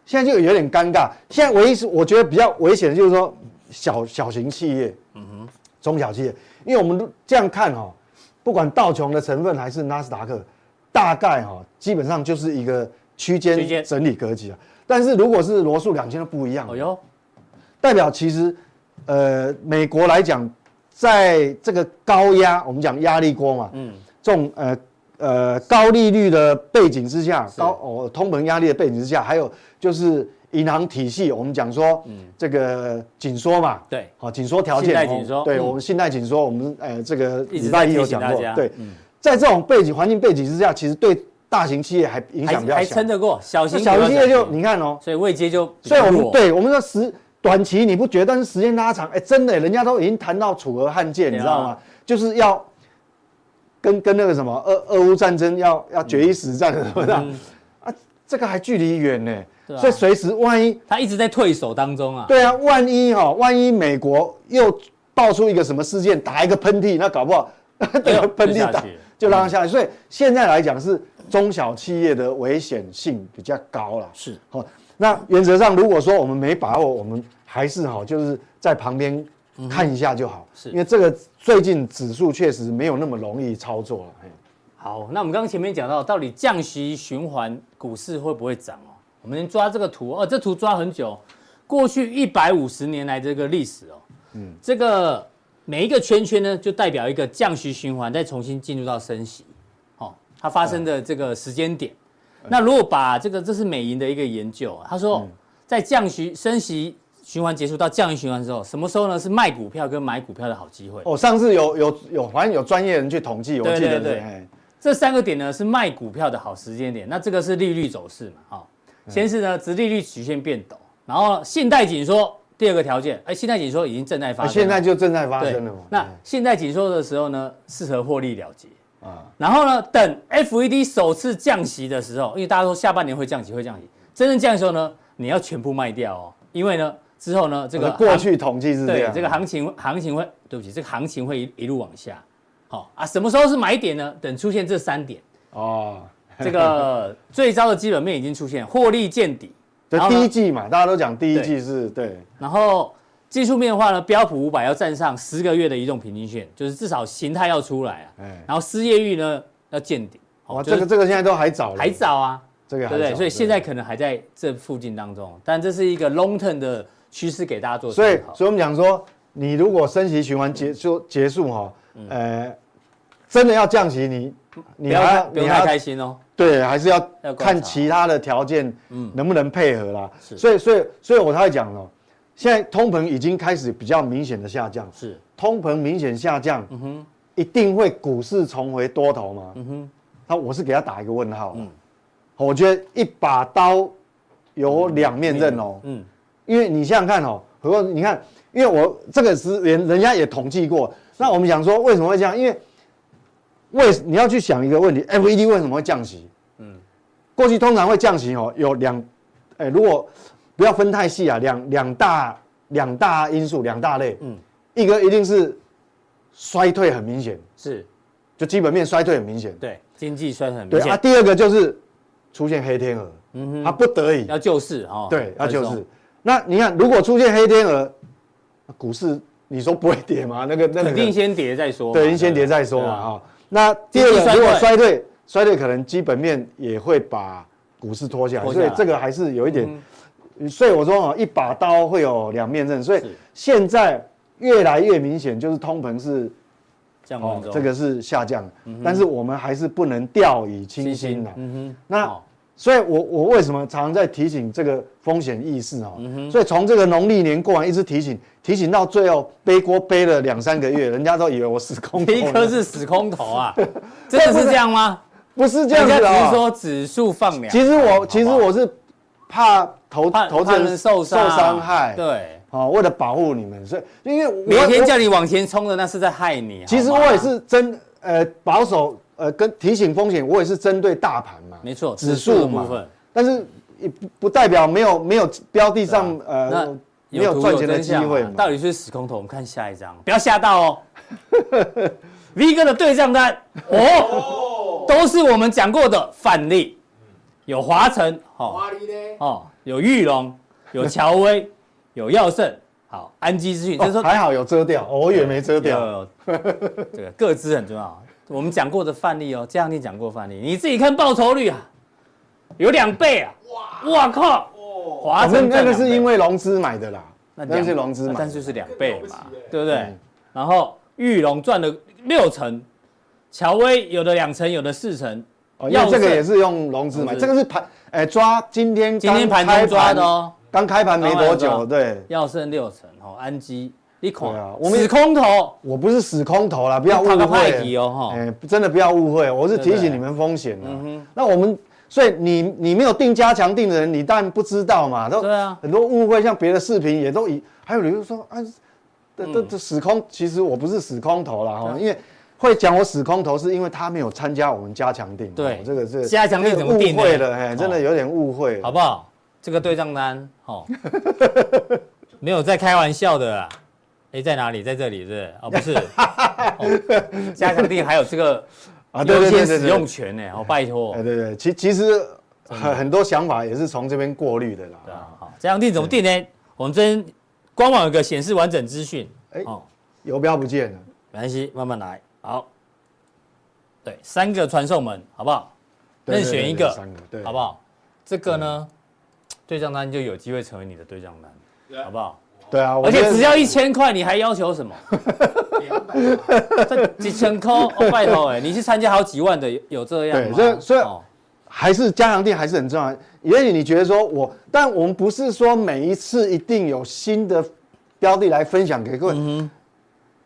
Speaker 1: 现在就有点尴尬。现在唯一是我觉得比较危险的就是说小小型企业，嗯哼，中小企业，因为我们都这样看哈、哦，不管道琼的成分还是纳斯达克，大概哈、哦、基本上就是一个区
Speaker 2: 区间
Speaker 1: 间整理格局啊。但是如果是罗素两千就不一样了
Speaker 2: 哦，哟，
Speaker 1: 代表其实，呃，美国来讲，在这个高压，我们讲压力锅嘛，
Speaker 2: 嗯，
Speaker 1: 这种呃呃高利率的背景之下，高哦通膨压力的背景之下，还有就是银行体系，我们讲说，这个紧缩嘛，
Speaker 2: 嗯对，
Speaker 1: 好紧缩条件，
Speaker 2: 信贷紧缩
Speaker 1: 哦对
Speaker 2: 嗯
Speaker 1: 我们信贷紧缩，我们呃这个
Speaker 2: 一直
Speaker 1: 礼
Speaker 2: 在
Speaker 1: 拜
Speaker 2: 提
Speaker 1: 一有
Speaker 2: 醒
Speaker 1: 讲
Speaker 2: 大
Speaker 1: 过
Speaker 2: 家，，
Speaker 1: 对，
Speaker 2: 嗯
Speaker 1: 在这种背景环境背景之下，其实对大型企业还影响
Speaker 2: 还
Speaker 1: 比较
Speaker 2: 还
Speaker 1: 小
Speaker 2: 撑，得过，小型
Speaker 1: 那小
Speaker 2: 股
Speaker 1: 型企业
Speaker 2: 要
Speaker 1: 就
Speaker 2: 小心
Speaker 1: 你看哦，
Speaker 2: 所以未接就比
Speaker 1: 所以
Speaker 2: 较
Speaker 1: 我们
Speaker 2: 弱，
Speaker 1: 对我们说时短期你不觉得，但是时间拉长，哎，真的耶，人家都已经谈到楚河汉界，
Speaker 2: 对啊
Speaker 1: 你知道吗？就是要跟跟那个什么俄俄乌战争要要决一死战什么的、啊，这个还距离远呢
Speaker 2: 嗯对啊。
Speaker 1: 所以随时万一
Speaker 2: 他一直在退守当中啊，
Speaker 1: <laughs> 对啊，万一哈、万一美国又爆出一个什么事件，打一个喷嚏，那搞不好 <laughs>
Speaker 2: 哎
Speaker 1: 这
Speaker 2: 呦
Speaker 1: 个喷
Speaker 2: 就下
Speaker 1: 嚏打
Speaker 2: 去了
Speaker 1: 就让它下来。所以现在来讲是中小企业的危险性比较高了。
Speaker 2: 是
Speaker 1: 好、那原则上如果说我们没把握，我们还是好，就是在旁边看一下就好，
Speaker 2: 嗯是
Speaker 1: 因为这个最近指数确实没有那么容易操作了。嘿
Speaker 2: 好，那我们刚刚前面讲到，到底降息循环股市会不会涨哦？我们抓这个图哦，这图抓很久，过去一百五十年来这个历史哦，嗯，这个每一个圈圈呢，就代表一个降息循环，再重新进入到升息，哦，它发生的这个时间点。那如果把这个，这是美银的一个研究啊，他说在降息升息循环结束到降息循环之后，什么时候呢是卖股票跟买股票的好机会？
Speaker 1: 哦，上次有有有，反正有专业人去统计，我
Speaker 2: 对
Speaker 1: 记得
Speaker 2: 对
Speaker 1: 是
Speaker 2: 对
Speaker 1: 嘿
Speaker 2: 这三个点呢是卖股票的好时间点。那这个是利率走势嘛？哈、先是呢，殖利率曲线变陡，然后信贷紧缩第二个条件，哎，信贷紧缩已经正在发
Speaker 1: 啊
Speaker 2: 生了，
Speaker 1: 现在就正在发
Speaker 2: 对
Speaker 1: 生了嘛。
Speaker 2: 那信贷紧缩的时候呢，适合获利了结。
Speaker 1: 嗯啊，
Speaker 2: 然后呢，等 FED 首次降息的时候，因为大家说下半年会降息，会降息，真正降的时候呢，你要全部卖掉哦，因为呢，之后呢，这
Speaker 1: 这
Speaker 2: 个
Speaker 1: 个啊过去统计是这
Speaker 2: 对
Speaker 1: 样，
Speaker 2: 这个行情行情会，对不起，这个行情会一一路往下。好、啊，什么时候是买点呢？等出现这三点，
Speaker 1: 哦，
Speaker 2: <laughs> 这个最糟的基本面已经出现，获利见底，
Speaker 1: 这
Speaker 2: 然后呢
Speaker 1: 第一季嘛，大家都讲第一季是对
Speaker 2: 然后技术面的话呢，标普五百要站上十个月的移动平均线，就是至少形态要出来啊。
Speaker 1: 哎
Speaker 2: 然后失业率呢要见顶，
Speaker 1: 哇，
Speaker 2: 就
Speaker 1: 这
Speaker 2: 是
Speaker 1: 个这个现在都还早了，
Speaker 2: 还，早啊，
Speaker 1: 这个
Speaker 2: 对
Speaker 1: 还
Speaker 2: 不
Speaker 1: 早
Speaker 2: 对？所以现在可能还在这附近当中，但这是一个 long term 的趋势给大家做
Speaker 1: 所以
Speaker 2: 参考。
Speaker 1: 所以我们讲说，你如果升息循环结束结束哈，呃，真的要降息，你
Speaker 2: 嗯不
Speaker 1: 你
Speaker 2: 要
Speaker 1: 还
Speaker 2: 太
Speaker 1: 要
Speaker 2: 不
Speaker 1: 你
Speaker 2: 用
Speaker 1: 还
Speaker 2: 太
Speaker 1: 要
Speaker 2: 开心哦。
Speaker 1: 对，还是
Speaker 2: 要
Speaker 1: 要
Speaker 2: 观察
Speaker 1: 看其他的条件，
Speaker 2: 嗯
Speaker 1: 能不能配合啦。
Speaker 2: 是
Speaker 1: 所以，所以，所以我才会讲哦，现在通膨已经开始比较明显的下降，
Speaker 2: 是，
Speaker 1: 通膨明显下降，
Speaker 2: 嗯哼，
Speaker 1: 一定会股市重回多头吗？
Speaker 2: 嗯哼，
Speaker 1: 那我是给他打一个问号啦。啊
Speaker 2: 嗯
Speaker 1: 我觉得一把刀有两面刃哦，
Speaker 2: 嗯，
Speaker 1: 因为你想想看哦，何况你看，因为我这个是人人家也统计过，那我们想说为什么会这样？因为为你要去想一个问题，FED 为什么会降息？
Speaker 2: 嗯
Speaker 1: 嗯，过去通常会降息哦，有两，哎、如果不要分太细啊，两两大两大因素，两大类，
Speaker 2: 嗯
Speaker 1: 嗯，一个一定是衰退很明显，
Speaker 2: 是
Speaker 1: 就基本面衰退很明显，
Speaker 2: 对，经济衰退很明
Speaker 1: 对啊，
Speaker 2: 显，
Speaker 1: 第二个就是出现黑天鹅，
Speaker 2: 嗯哼
Speaker 1: 他不得已
Speaker 2: 要救市哦。
Speaker 1: 对，那
Speaker 2: 宽松
Speaker 1: 就是。那你看，如果出现黑天鹅，啊股市你说不会跌吗？那个那个
Speaker 2: 肯定先跌再说嘛，
Speaker 1: 对，先跌再说嘛哦
Speaker 2: 对啊
Speaker 1: 哈。那第二
Speaker 2: 经济
Speaker 1: 个，
Speaker 2: 衰
Speaker 1: 如果
Speaker 2: 退
Speaker 1: 衰退，衰退可能基本面也会把股市拖下来，
Speaker 2: 拖
Speaker 1: 所以
Speaker 2: 下来嗯
Speaker 1: 这个还是有一点。所以我说哦，一把刀会有两面刃，所以
Speaker 2: 是
Speaker 1: 现在越来越明显，就是通膨是
Speaker 2: 降温
Speaker 1: 哦
Speaker 2: 中，，
Speaker 1: 这个是下降，
Speaker 2: 嗯
Speaker 1: 但是我们还是不能掉以轻
Speaker 2: 信
Speaker 1: 心的。啊
Speaker 2: 嗯哼，
Speaker 1: 那
Speaker 2: 好
Speaker 1: 所以我，我为什么常常在提醒这个风险意识哦？
Speaker 2: 嗯
Speaker 1: 所以从这个农历年过完，一直提醒，提醒到最后背锅背了两三个
Speaker 2: <laughs>
Speaker 1: 月，人家都以为我死空头
Speaker 2: 第一
Speaker 1: 了
Speaker 2: 颗是死空头啊，
Speaker 1: <laughs>
Speaker 2: 真的是这样吗？
Speaker 1: 不是这
Speaker 2: 人
Speaker 1: 样子
Speaker 2: 家只是
Speaker 1: 哦？
Speaker 2: 说指数放凉，
Speaker 1: 其实
Speaker 2: 好不好
Speaker 1: 我其实我是怕投
Speaker 2: 怕
Speaker 1: 投资
Speaker 2: 怕人
Speaker 1: 人
Speaker 2: 受伤啊
Speaker 1: 伤害，
Speaker 2: 对，
Speaker 1: 哦，为了保护你们，所以因为我
Speaker 2: 每天
Speaker 1: 我
Speaker 2: 叫你往前冲的那是在害你。
Speaker 1: 其实
Speaker 2: 好吗
Speaker 1: 我也，是针呃保守呃跟提醒风险，我也是针对大盘嘛，
Speaker 2: 没错，
Speaker 1: 指
Speaker 2: 指数的
Speaker 1: 数嘛
Speaker 2: 部分
Speaker 1: 但是也不不代表没有没有标的上、
Speaker 2: 对啊
Speaker 1: 呃
Speaker 2: 那
Speaker 1: 没有
Speaker 2: 图
Speaker 1: 赚钱的
Speaker 2: 真
Speaker 1: 机
Speaker 2: 相嘛
Speaker 1: 会嘛。
Speaker 2: 到底是死空头？我们看下一张，不要吓到哦。V 哥的对账单哦，都是我们讲过的范例，有华晨哦
Speaker 5: 华丽嘞，
Speaker 2: 哦，有玉龙，有乔威，有耀盛，好，安基资讯，就是
Speaker 1: 哦
Speaker 2: 说
Speaker 1: 还好有遮掉，哦我以为没遮掉。
Speaker 2: 有，有有这个各自很重要。我们讲过的范例哦，这样你讲过范例，你自己看报酬率啊，有两倍啊！哇，哇靠！
Speaker 5: 哦，
Speaker 2: 华
Speaker 1: 我们
Speaker 2: 晨
Speaker 1: 那个是因
Speaker 2: 为
Speaker 1: 为融资买的啦，
Speaker 2: 那
Speaker 1: 那
Speaker 2: 两
Speaker 1: 是融资买
Speaker 2: 但
Speaker 1: 的
Speaker 2: 是。是两倍嘛
Speaker 5: 更了不起耶，
Speaker 2: 对不对
Speaker 1: 嗯？
Speaker 2: 然后玉龙赚了六成，乔威有的两成，有的四成，
Speaker 1: 哦，因为这个
Speaker 2: 耀盛
Speaker 1: 也是用融资买，
Speaker 2: 融资
Speaker 1: 这个是盘，哎，抓今天
Speaker 2: 今天
Speaker 1: 刚
Speaker 2: 盘
Speaker 1: 开
Speaker 2: 中抓的，哦，
Speaker 1: 刚开盘没
Speaker 2: 刚开
Speaker 1: 多
Speaker 2: 盘抓
Speaker 1: 久，对，
Speaker 2: 耀盛六成哦，安基一口
Speaker 1: 对啊，我们
Speaker 2: 死空头，
Speaker 1: 我不是死空头啦，不要误
Speaker 2: 他个派
Speaker 1: 会
Speaker 2: 系哦嗯哈
Speaker 1: 哎，真的不要误会，我是提
Speaker 2: 对
Speaker 1: 醒
Speaker 2: 不
Speaker 1: 你
Speaker 2: 对
Speaker 1: 们风险的。那我们，所以你你没有定加强定的人，你当然不知道嘛。都
Speaker 2: 对啊
Speaker 1: 很多误会，像别的视频也都以，还有人就说啊，
Speaker 2: 嗯
Speaker 1: 这这这死空，其实我不是死空头啦哈，因为。会讲我死空头，是因为他没有参加我们加强定。
Speaker 2: 对
Speaker 1: 哦这个是
Speaker 2: 加强定怎么定
Speaker 1: 误
Speaker 2: 呢
Speaker 1: 会了，哎，真
Speaker 2: 哦
Speaker 1: 的有点误会。
Speaker 2: 好不好？这个对账单，哦， <laughs> 没有在开玩笑的啦。哎，在哪里？在这里是不是？哦，不是，哦加强定还有这个
Speaker 1: 啊对
Speaker 2: 优
Speaker 1: 对对
Speaker 2: 先
Speaker 1: 对对
Speaker 2: 使用权呢。哦，拜托
Speaker 1: 哎，，对对，其其实很很多想法也是从这边过滤的啦。
Speaker 2: 对啊，好，加强定怎么定呢？我们这边官网有个显示完整资讯，
Speaker 1: 哎
Speaker 2: 哦，
Speaker 1: 游标不见了，
Speaker 2: 没关系，慢慢来。好，对，三个传送门，好不好？
Speaker 1: 对
Speaker 2: 任
Speaker 1: 对对
Speaker 2: 选一
Speaker 1: 对
Speaker 2: 个
Speaker 1: 三个，对，
Speaker 2: 好不好？这个呢，对账单就有机会成为你的对账
Speaker 5: 对
Speaker 2: 单，好不好？
Speaker 1: 对啊，我
Speaker 2: 而
Speaker 1: 觉
Speaker 2: 且
Speaker 1: 得
Speaker 2: 只要一千块，你还要
Speaker 1: <laughs>
Speaker 2: 求什么？
Speaker 5: 两百吧，
Speaker 2: 这几千块，哦、拜托哎，你去参加好几万的，有有这样吗？
Speaker 1: 对这所以
Speaker 2: 哦
Speaker 1: 还是加强定还是很重要。也许你觉得说我，但我们不
Speaker 2: 嗯
Speaker 1: 是说每一次一定有新的标的来分享给各位。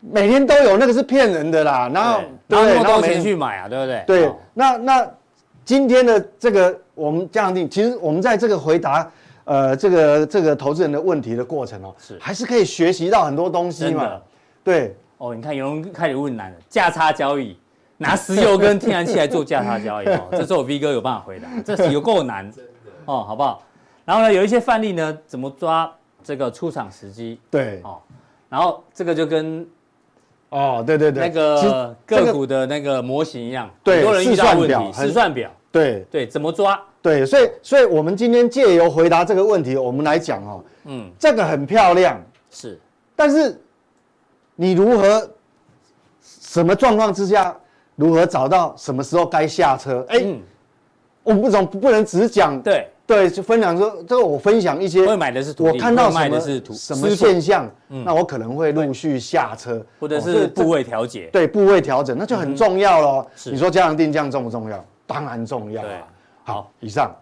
Speaker 1: 每天都有，那个是骗人的啦。然后
Speaker 2: 拿那么多
Speaker 1: 每
Speaker 2: 钱
Speaker 1: 天
Speaker 2: 去买啊，对不对？
Speaker 1: 对
Speaker 2: 哦，
Speaker 1: 那那今天的这个我们这样定，其实我们在这个回答呃这个这个投资人的问题的过程哦，
Speaker 2: 是
Speaker 1: 还是可以学习到很多东西
Speaker 2: 真
Speaker 1: 嘛
Speaker 2: 的。
Speaker 1: 对，
Speaker 2: 哦，你看有人开始问难了，价差交易，拿石油跟天然气来做价差交易，哦，
Speaker 1: <laughs>
Speaker 2: 这时候 V 哥有办法回答，这是有够难哦，好不好？然后呢，有一些范例呢，怎么抓这个出场时机
Speaker 1: 对，
Speaker 2: 哦，然后这个就跟
Speaker 1: 哦，对对对，
Speaker 2: 那
Speaker 1: 其实
Speaker 2: 个
Speaker 1: 这
Speaker 2: 个股的那个模型一样，
Speaker 1: 对
Speaker 2: 很多人遇到
Speaker 1: 试算
Speaker 2: 问
Speaker 1: 表
Speaker 2: 题，
Speaker 1: 很
Speaker 2: 试算表，
Speaker 1: 对
Speaker 2: 对，怎么抓？
Speaker 1: 对，所以所以我们今天借由回答这个问题，我们来讲哦，
Speaker 2: 嗯，
Speaker 1: 这个很漂亮，
Speaker 2: 是
Speaker 1: 但是你如何什么状况之下，如何找到什么时候该下车？哎、
Speaker 2: 嗯
Speaker 1: 我们不总不能只讲
Speaker 2: 对，
Speaker 1: 对，就分享说这个我分享一些
Speaker 2: 会买的是土
Speaker 1: 我
Speaker 2: 地，
Speaker 1: 看到
Speaker 2: 会卖
Speaker 1: 什么
Speaker 2: 的是土
Speaker 1: 什么
Speaker 2: 私房
Speaker 1: 现象，那我可能会陆续下车，
Speaker 2: 或者
Speaker 1: 哦这
Speaker 2: 是
Speaker 1: 个
Speaker 2: 部位调节，
Speaker 1: 对部位调整，那就很重要喽。
Speaker 2: 是
Speaker 1: 你说加强定价重不重要？当然重要
Speaker 2: 对
Speaker 1: 啊。好，以上。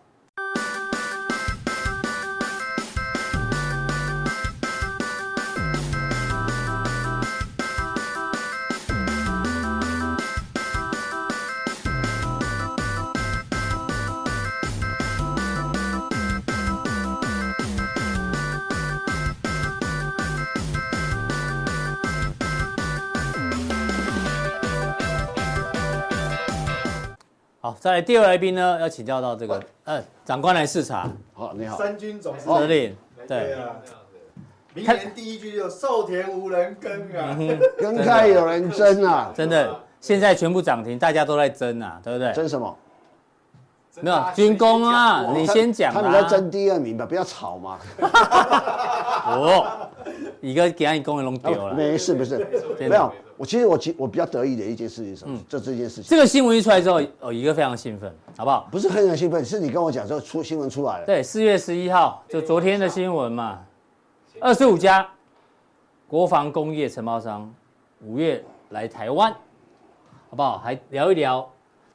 Speaker 2: 好，再来第二位来宾呢，要请教到这个，呃，长官来视察，
Speaker 3: 好，哦你好，
Speaker 4: 三军
Speaker 1: 哦
Speaker 4: 总司
Speaker 2: 司
Speaker 4: 令，
Speaker 2: 令，
Speaker 4: 对
Speaker 2: 对，
Speaker 4: 啊，明年第一句就寿田无人耕啊，
Speaker 3: 跟开有人争啊，
Speaker 2: 真的，现在全部涨停，大家都在争啊，对不对？
Speaker 3: 争什么？
Speaker 2: 没有军工啊，
Speaker 3: 哇
Speaker 2: 你
Speaker 3: 哦他
Speaker 2: 先讲
Speaker 3: 他们在
Speaker 2: 啊。
Speaker 3: 争第二名吧，不要吵嘛。
Speaker 2: 哦， <laughs> 一个给你工人弄丢了。
Speaker 3: 哦没事，不是，
Speaker 2: 真的嗯
Speaker 3: 没有。我其实我其我比较得意的一件事情是什么？就这件事情，
Speaker 2: 这个新闻一出来之后，哦，一个非常兴奋，好不好？
Speaker 3: 不是很很兴奋，是你跟我讲说出新闻出来了，
Speaker 2: 对，四月十一号，就昨天的新闻嘛，二十五家国防工业承包商五月来台湾，好不好？还聊一聊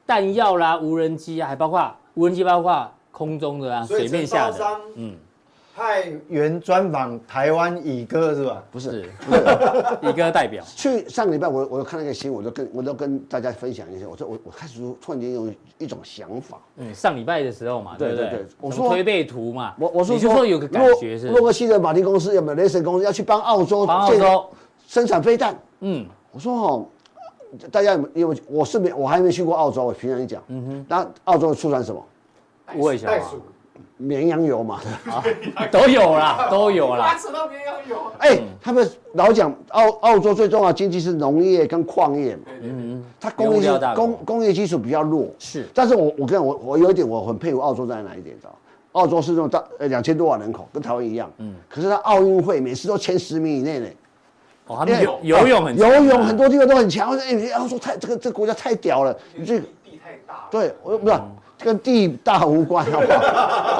Speaker 2: 弹药啦、无人机啊，还包括无人机，包括空中的啊、
Speaker 4: 所
Speaker 2: 水
Speaker 4: 以
Speaker 2: 面
Speaker 4: 承
Speaker 2: 下
Speaker 4: 包
Speaker 2: 的，
Speaker 4: 商
Speaker 2: 嗯，
Speaker 1: 派员专访台湾乙哥是吧？
Speaker 3: 不是
Speaker 2: 是。一个代表，
Speaker 3: 去上个礼拜我我有看那个新闻，我都跟我都跟大家分享一下，我说我我开始突然间有一种想法，
Speaker 2: 嗯，上礼拜的时候嘛，
Speaker 3: 对
Speaker 2: 不
Speaker 3: 对对我
Speaker 2: 我
Speaker 3: 说
Speaker 2: 说推背图嘛，
Speaker 3: 我我是
Speaker 2: 你就说有个感觉是
Speaker 3: 洛洛克希德马丁公司有没有雷神公司要去帮澳洲
Speaker 2: 帮澳
Speaker 3: 建
Speaker 2: 洲，
Speaker 3: 生产飞弹？
Speaker 2: 嗯，
Speaker 3: 我说哦，大家有没有？我是没我还没去过澳洲，我平常讲，嗯哼，那澳洲出产什么？
Speaker 2: 无尾熊啊
Speaker 4: 袋鼠，
Speaker 3: 绵羊油嘛，
Speaker 2: 都有啦，都有啦
Speaker 5: 拉，扯到绵羊油，
Speaker 3: 哎、他们老讲澳澳洲最重要的经济是农业跟矿业嘛，嗯，它工
Speaker 2: 原
Speaker 3: 业
Speaker 2: 物料
Speaker 3: 基
Speaker 2: 大国
Speaker 3: 工工业基础比较弱，
Speaker 2: 是
Speaker 3: 但 <laughs> 是我我跟你讲我我有一点我很佩服澳洲在哪一点，你知道吗？澳洲是那种大呃两千多万人口，跟台湾一样，嗯，可是它奥运会每次都前十名以内呢，
Speaker 2: 哦，他们游
Speaker 3: 因为
Speaker 2: 游泳很强啊
Speaker 3: 游泳很多地方都很强，我说哎、澳洲太这个这个国家太屌了，你这个
Speaker 5: 地太大了，
Speaker 3: 对我不是跟地大无关，好不
Speaker 2: <laughs>
Speaker 3: 好？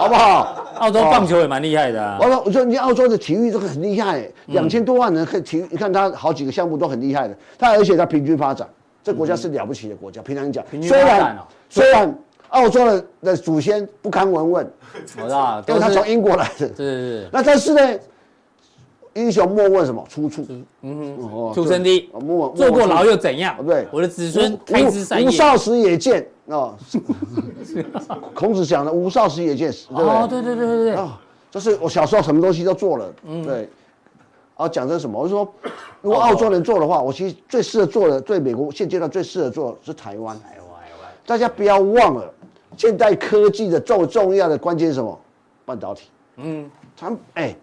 Speaker 3: 好不好？
Speaker 2: 澳洲棒球也蛮厉害的啊
Speaker 3: 完，了，我说你澳洲的体育这个很厉害，
Speaker 2: 嗯
Speaker 3: 两千多万人可以体育，你看他好几个项目都很厉害的，他而且他平均发展，这国家是了不起的国家。平常讲，
Speaker 2: 平均
Speaker 3: 虽
Speaker 2: 发展
Speaker 3: 然
Speaker 2: 哦
Speaker 3: 虽然澳洲的的祖先不堪闻问，
Speaker 2: <laughs> 我知道，
Speaker 3: 因
Speaker 2: 啊都
Speaker 3: 为
Speaker 2: 是
Speaker 3: 他从英国来
Speaker 2: <laughs>
Speaker 3: 的，
Speaker 2: 是是
Speaker 3: 那但是呢，英雄莫问什么出处，嗯
Speaker 2: 是出生低，
Speaker 3: 莫问
Speaker 2: 坐过牢
Speaker 3: 又
Speaker 2: 又怎样？
Speaker 3: 对
Speaker 2: 我的子孙开枝散
Speaker 3: 无
Speaker 2: 叶
Speaker 3: 无。少时也见哦， <laughs> 孔子讲的无少时也见，对不对？
Speaker 2: 哦，对对对对嗯对，
Speaker 3: 啊，就是我小时候什么东西都做了，对。啊，讲这是什么？我是
Speaker 2: 哦
Speaker 3: 说，如果澳洲人做的话，我其实最适合做的，对美国现阶段最适合做的是台湾。大家不要忘了，现代科技的重重要的关键是什么？半导体。嗯，他们哎、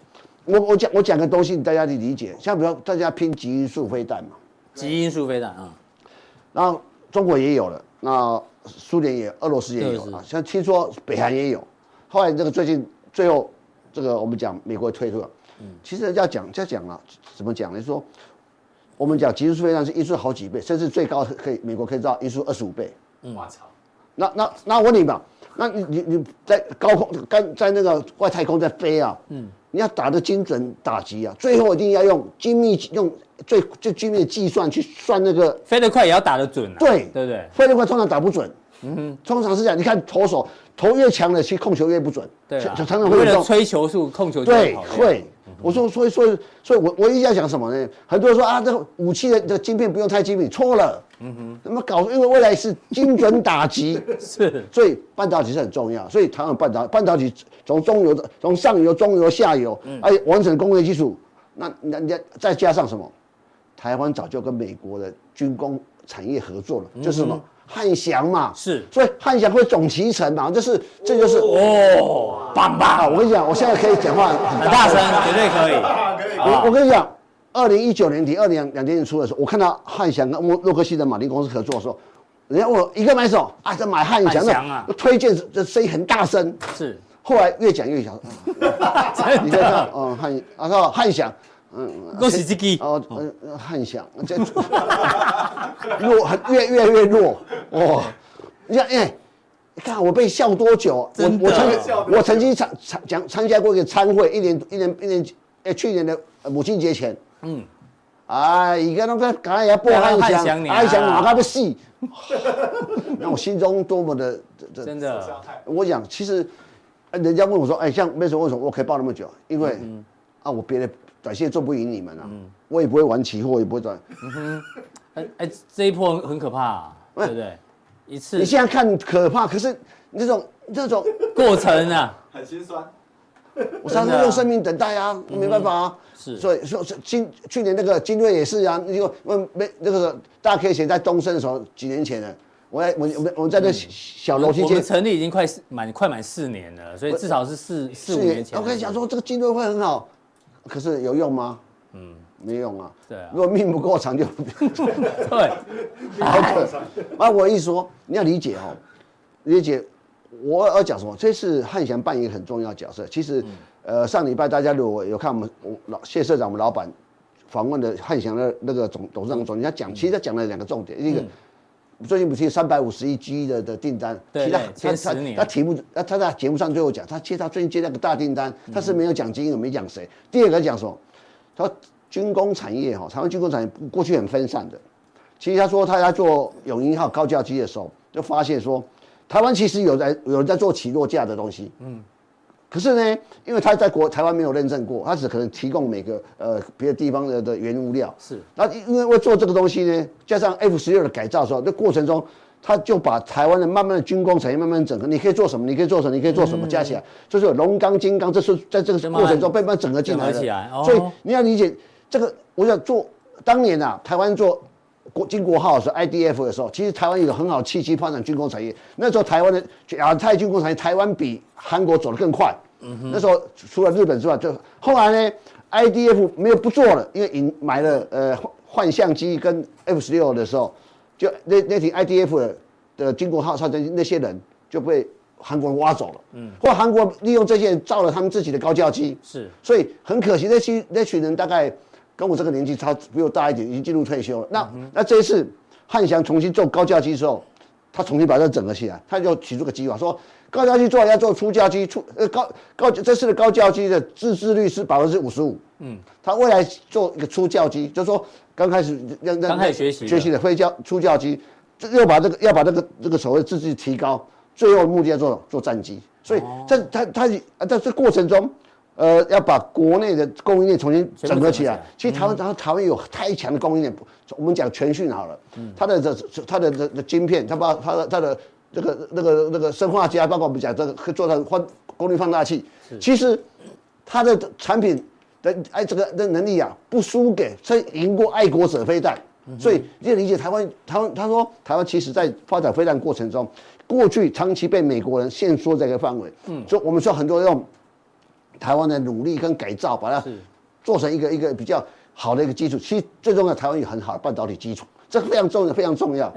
Speaker 3: 我我讲我讲个东西，大家得理解。像比如说大家拼极音速飞弹嘛，
Speaker 2: 基因素飞弹啊，
Speaker 3: 然后中国也有了，那苏联也，俄罗斯也有
Speaker 2: 对是
Speaker 3: 啊，像听说北韩也有，后来这个最近最后这个我们讲美国退出了，
Speaker 2: 嗯
Speaker 3: 其实要讲要讲啊，怎么讲呢？就是说我们讲极速飞弹是音速好几倍，甚至最高可以美国可以到音速二十五倍。
Speaker 5: 我操，
Speaker 3: 那那那我问你嘛，那你你你在高空干在那个外太空在飞啊，嗯，你要打的精准打击啊，最后一定要用精密用最最精密的计算去算那个
Speaker 2: 飞得快也要打得准啊，
Speaker 3: 对
Speaker 2: 对不对？嗯
Speaker 3: 飞得快通常打不准。通常是这样，你看投手投越强的，其实控球越不准。
Speaker 2: 对啊
Speaker 3: 常常常
Speaker 2: 为
Speaker 3: 会有这
Speaker 2: 了
Speaker 3: 种
Speaker 2: 吹球速控球就
Speaker 3: 对
Speaker 2: 跑掉
Speaker 3: 会。我说，所以，所以，所以我我一直在讲什么呢？很多人说啊，这个武器的这个晶片不用太精密，错了。嗯哼，那么搞，因为未来是精准打击，
Speaker 2: 是
Speaker 3: 所以半导体是很重要。所以台湾半导半导体从中游的从上游、中游、下游，哎、完整工业基础，那那那再加上什么？台湾早就跟美国的军工产业合作了，就是什么汉翔嘛，
Speaker 2: 是
Speaker 3: 所以汉翔会总集成嘛，这是这就是
Speaker 2: 哦，棒
Speaker 3: 啊！
Speaker 2: 棒，
Speaker 3: 我跟你讲，我现在可以讲话很
Speaker 2: 很大声，绝对可以。
Speaker 4: 啊，可以。
Speaker 2: 啊
Speaker 3: 我我跟你讲，二零一九年底、二零两千年初的时候，我看到汉翔跟洛洛克希德马丁公司合作的时候，人家问我一个买什么啊？在买汉翔，
Speaker 2: 汉翔啊
Speaker 3: 那推荐这声音很大声。
Speaker 2: 是，
Speaker 3: 后来越讲越小，嗯
Speaker 2: <laughs>
Speaker 3: 你在看，嗯，汉，啊，说汉翔，嗯，
Speaker 2: 恭喜自己
Speaker 3: 哦，呃汉翔，这弱，越越越弱，哦，你看，哎、你看我被笑多久？啊我
Speaker 2: 真的
Speaker 3: 我曾
Speaker 4: 笑多
Speaker 3: 经
Speaker 4: 久
Speaker 3: 我曾经参参讲参加过一个参会，一年一年一年，哎、去年的呃母亲节前，
Speaker 2: 嗯，
Speaker 3: 哎，而家那个刚才也播
Speaker 2: 不要
Speaker 3: 汉
Speaker 2: 汉
Speaker 3: 翔
Speaker 2: 翔，你啊
Speaker 3: 汉翔哪个不戏？ <laughs> 那我心中多么的这这
Speaker 2: 真
Speaker 5: 伤
Speaker 2: 的
Speaker 5: 害
Speaker 3: 我讲，其实呃人家问我说，哎，像为什么为什么我可以报那么久？因为、
Speaker 2: 嗯
Speaker 3: 啊，我别的短线做不赢你们啊，我也不会玩期货，也不会赚。
Speaker 2: 哎哎，这一波很很可怕啊，对不对？一次
Speaker 3: 你现在看可怕，可是你这种这种，
Speaker 2: 过程啊，
Speaker 5: 很心酸。
Speaker 3: 我常
Speaker 2: 真的
Speaker 3: 常
Speaker 2: 啊
Speaker 3: 用生命等待啊，没办法啊。
Speaker 2: 嗯是
Speaker 3: 所以说今去年那个金瑞也是啊，因为问没那个时候大家可以写在东升的时候，几年前的，我在我我我在那小小楼梯
Speaker 2: 嗯我
Speaker 3: 间
Speaker 2: 们。成立已经快四满快满四年了，所以至少是四四五
Speaker 3: 是
Speaker 2: 年前。
Speaker 3: 我跟你讲，说，这个金瑞会很好，可是有用吗？嗯，没用啊。
Speaker 2: 对啊
Speaker 3: 如果命不够长就
Speaker 2: 对，
Speaker 3: <laughs>
Speaker 2: <laughs>
Speaker 3: 好可怕。啊，我一说，你要理解哦，理解我要讲什么？这次汉翔扮演一个很重要的角色。其实，
Speaker 2: 嗯
Speaker 3: 呃，上礼拜大家如果有看我们我老谢社长我们老板访问的汉翔的那个总董事长总经理，他
Speaker 2: 嗯
Speaker 3: 讲，其实他讲了两个重点，一个。最近不是三百五十亿 G 的的订单，
Speaker 2: 对
Speaker 3: 其
Speaker 2: 对前
Speaker 3: 实他他
Speaker 2: 十
Speaker 3: 他
Speaker 2: 年
Speaker 3: 他题目，他他在节目上最后讲，他接他最近接那个大订单，他
Speaker 2: 嗯
Speaker 3: 是没有讲金额，没讲谁。第二个讲什么？他说军工产业哈，台湾军工产业过去很分散的，其实他说他在做永鹰号高教机的时候，就发现说，台湾其实有在有人在做起落架的东西，嗯，可是呢，因为他在国台湾没有认证过，他只可能提供每个呃别的地方的的原物料，
Speaker 2: 是
Speaker 3: 那因为为做这个东西呢，加上 F 十六的改造的时候，这过程中，他就把台湾的慢慢的军工产业慢慢整合，你可以做什么，你可以做什么，你可以做什么，
Speaker 2: 嗯
Speaker 3: 加起来就是有龙钢、金刚，这是在这个过程中被慢慢整合进
Speaker 2: 整
Speaker 3: 来
Speaker 2: 合
Speaker 3: 的。
Speaker 2: 起来哦
Speaker 3: 所以你要理解这个，我想做当年啊，台湾做。国金国号的时候，IDF 的时候，其实台湾有很好的契机发展军工产业。那时候台湾的亚太军工产业，台湾比韩国走得更快。那时候除了日本之外，就后来呢，IDF 没有不做了，因为引买了呃幻幻象机跟 F 十六的时候，就那那挺 IDF 的的金国号上的那些人就被韩国人挖走了。嗯，或韩国利用这些人造了他们自己的高教机。
Speaker 2: 是
Speaker 3: 所以很可惜，那群那群人大概跟我这个年纪差比我大一点，已经进入退休了。那、那这一次汉翔重新做高教机之后，他重新把它整合起来，他就提出个计划说。高教机做完要做出教机，出呃高高这次的高教机的自制率是百分之五十五，嗯，他未来做一个出教机，就是说刚开始让让
Speaker 2: 刚开始学习的
Speaker 3: 学习的非教出教机，这要把这个要把这个这个所谓自制力提高，最后的目的要做做战机，所以
Speaker 2: 哦
Speaker 3: 在他他啊在这过程中，呃，要把国内的供应链重新整
Speaker 2: 全部整
Speaker 3: 合起来
Speaker 2: 合起来。嗯
Speaker 3: 其实台湾，然后台湾有太强的供应链，我们讲全讯好了，
Speaker 2: 嗯
Speaker 3: 它的这它的这这晶片，它把它的它的这个那个那个生化家，包括我们讲这个可以做到放功率放大器，其实它的产品的哎这个的能力啊，不输给甚至赢过爱国者飞弹。所以你要理解台湾，台湾他说台湾其实在发展飞弹过程中，过去长期被美国人限缩这个范围，嗯，所以我们说很多用台湾的努力跟改造，把它
Speaker 2: 是
Speaker 3: 做成一个一个比较好的一个基础。其实最重要，台湾有很好的半导体基础，这个非常重要，非常重要。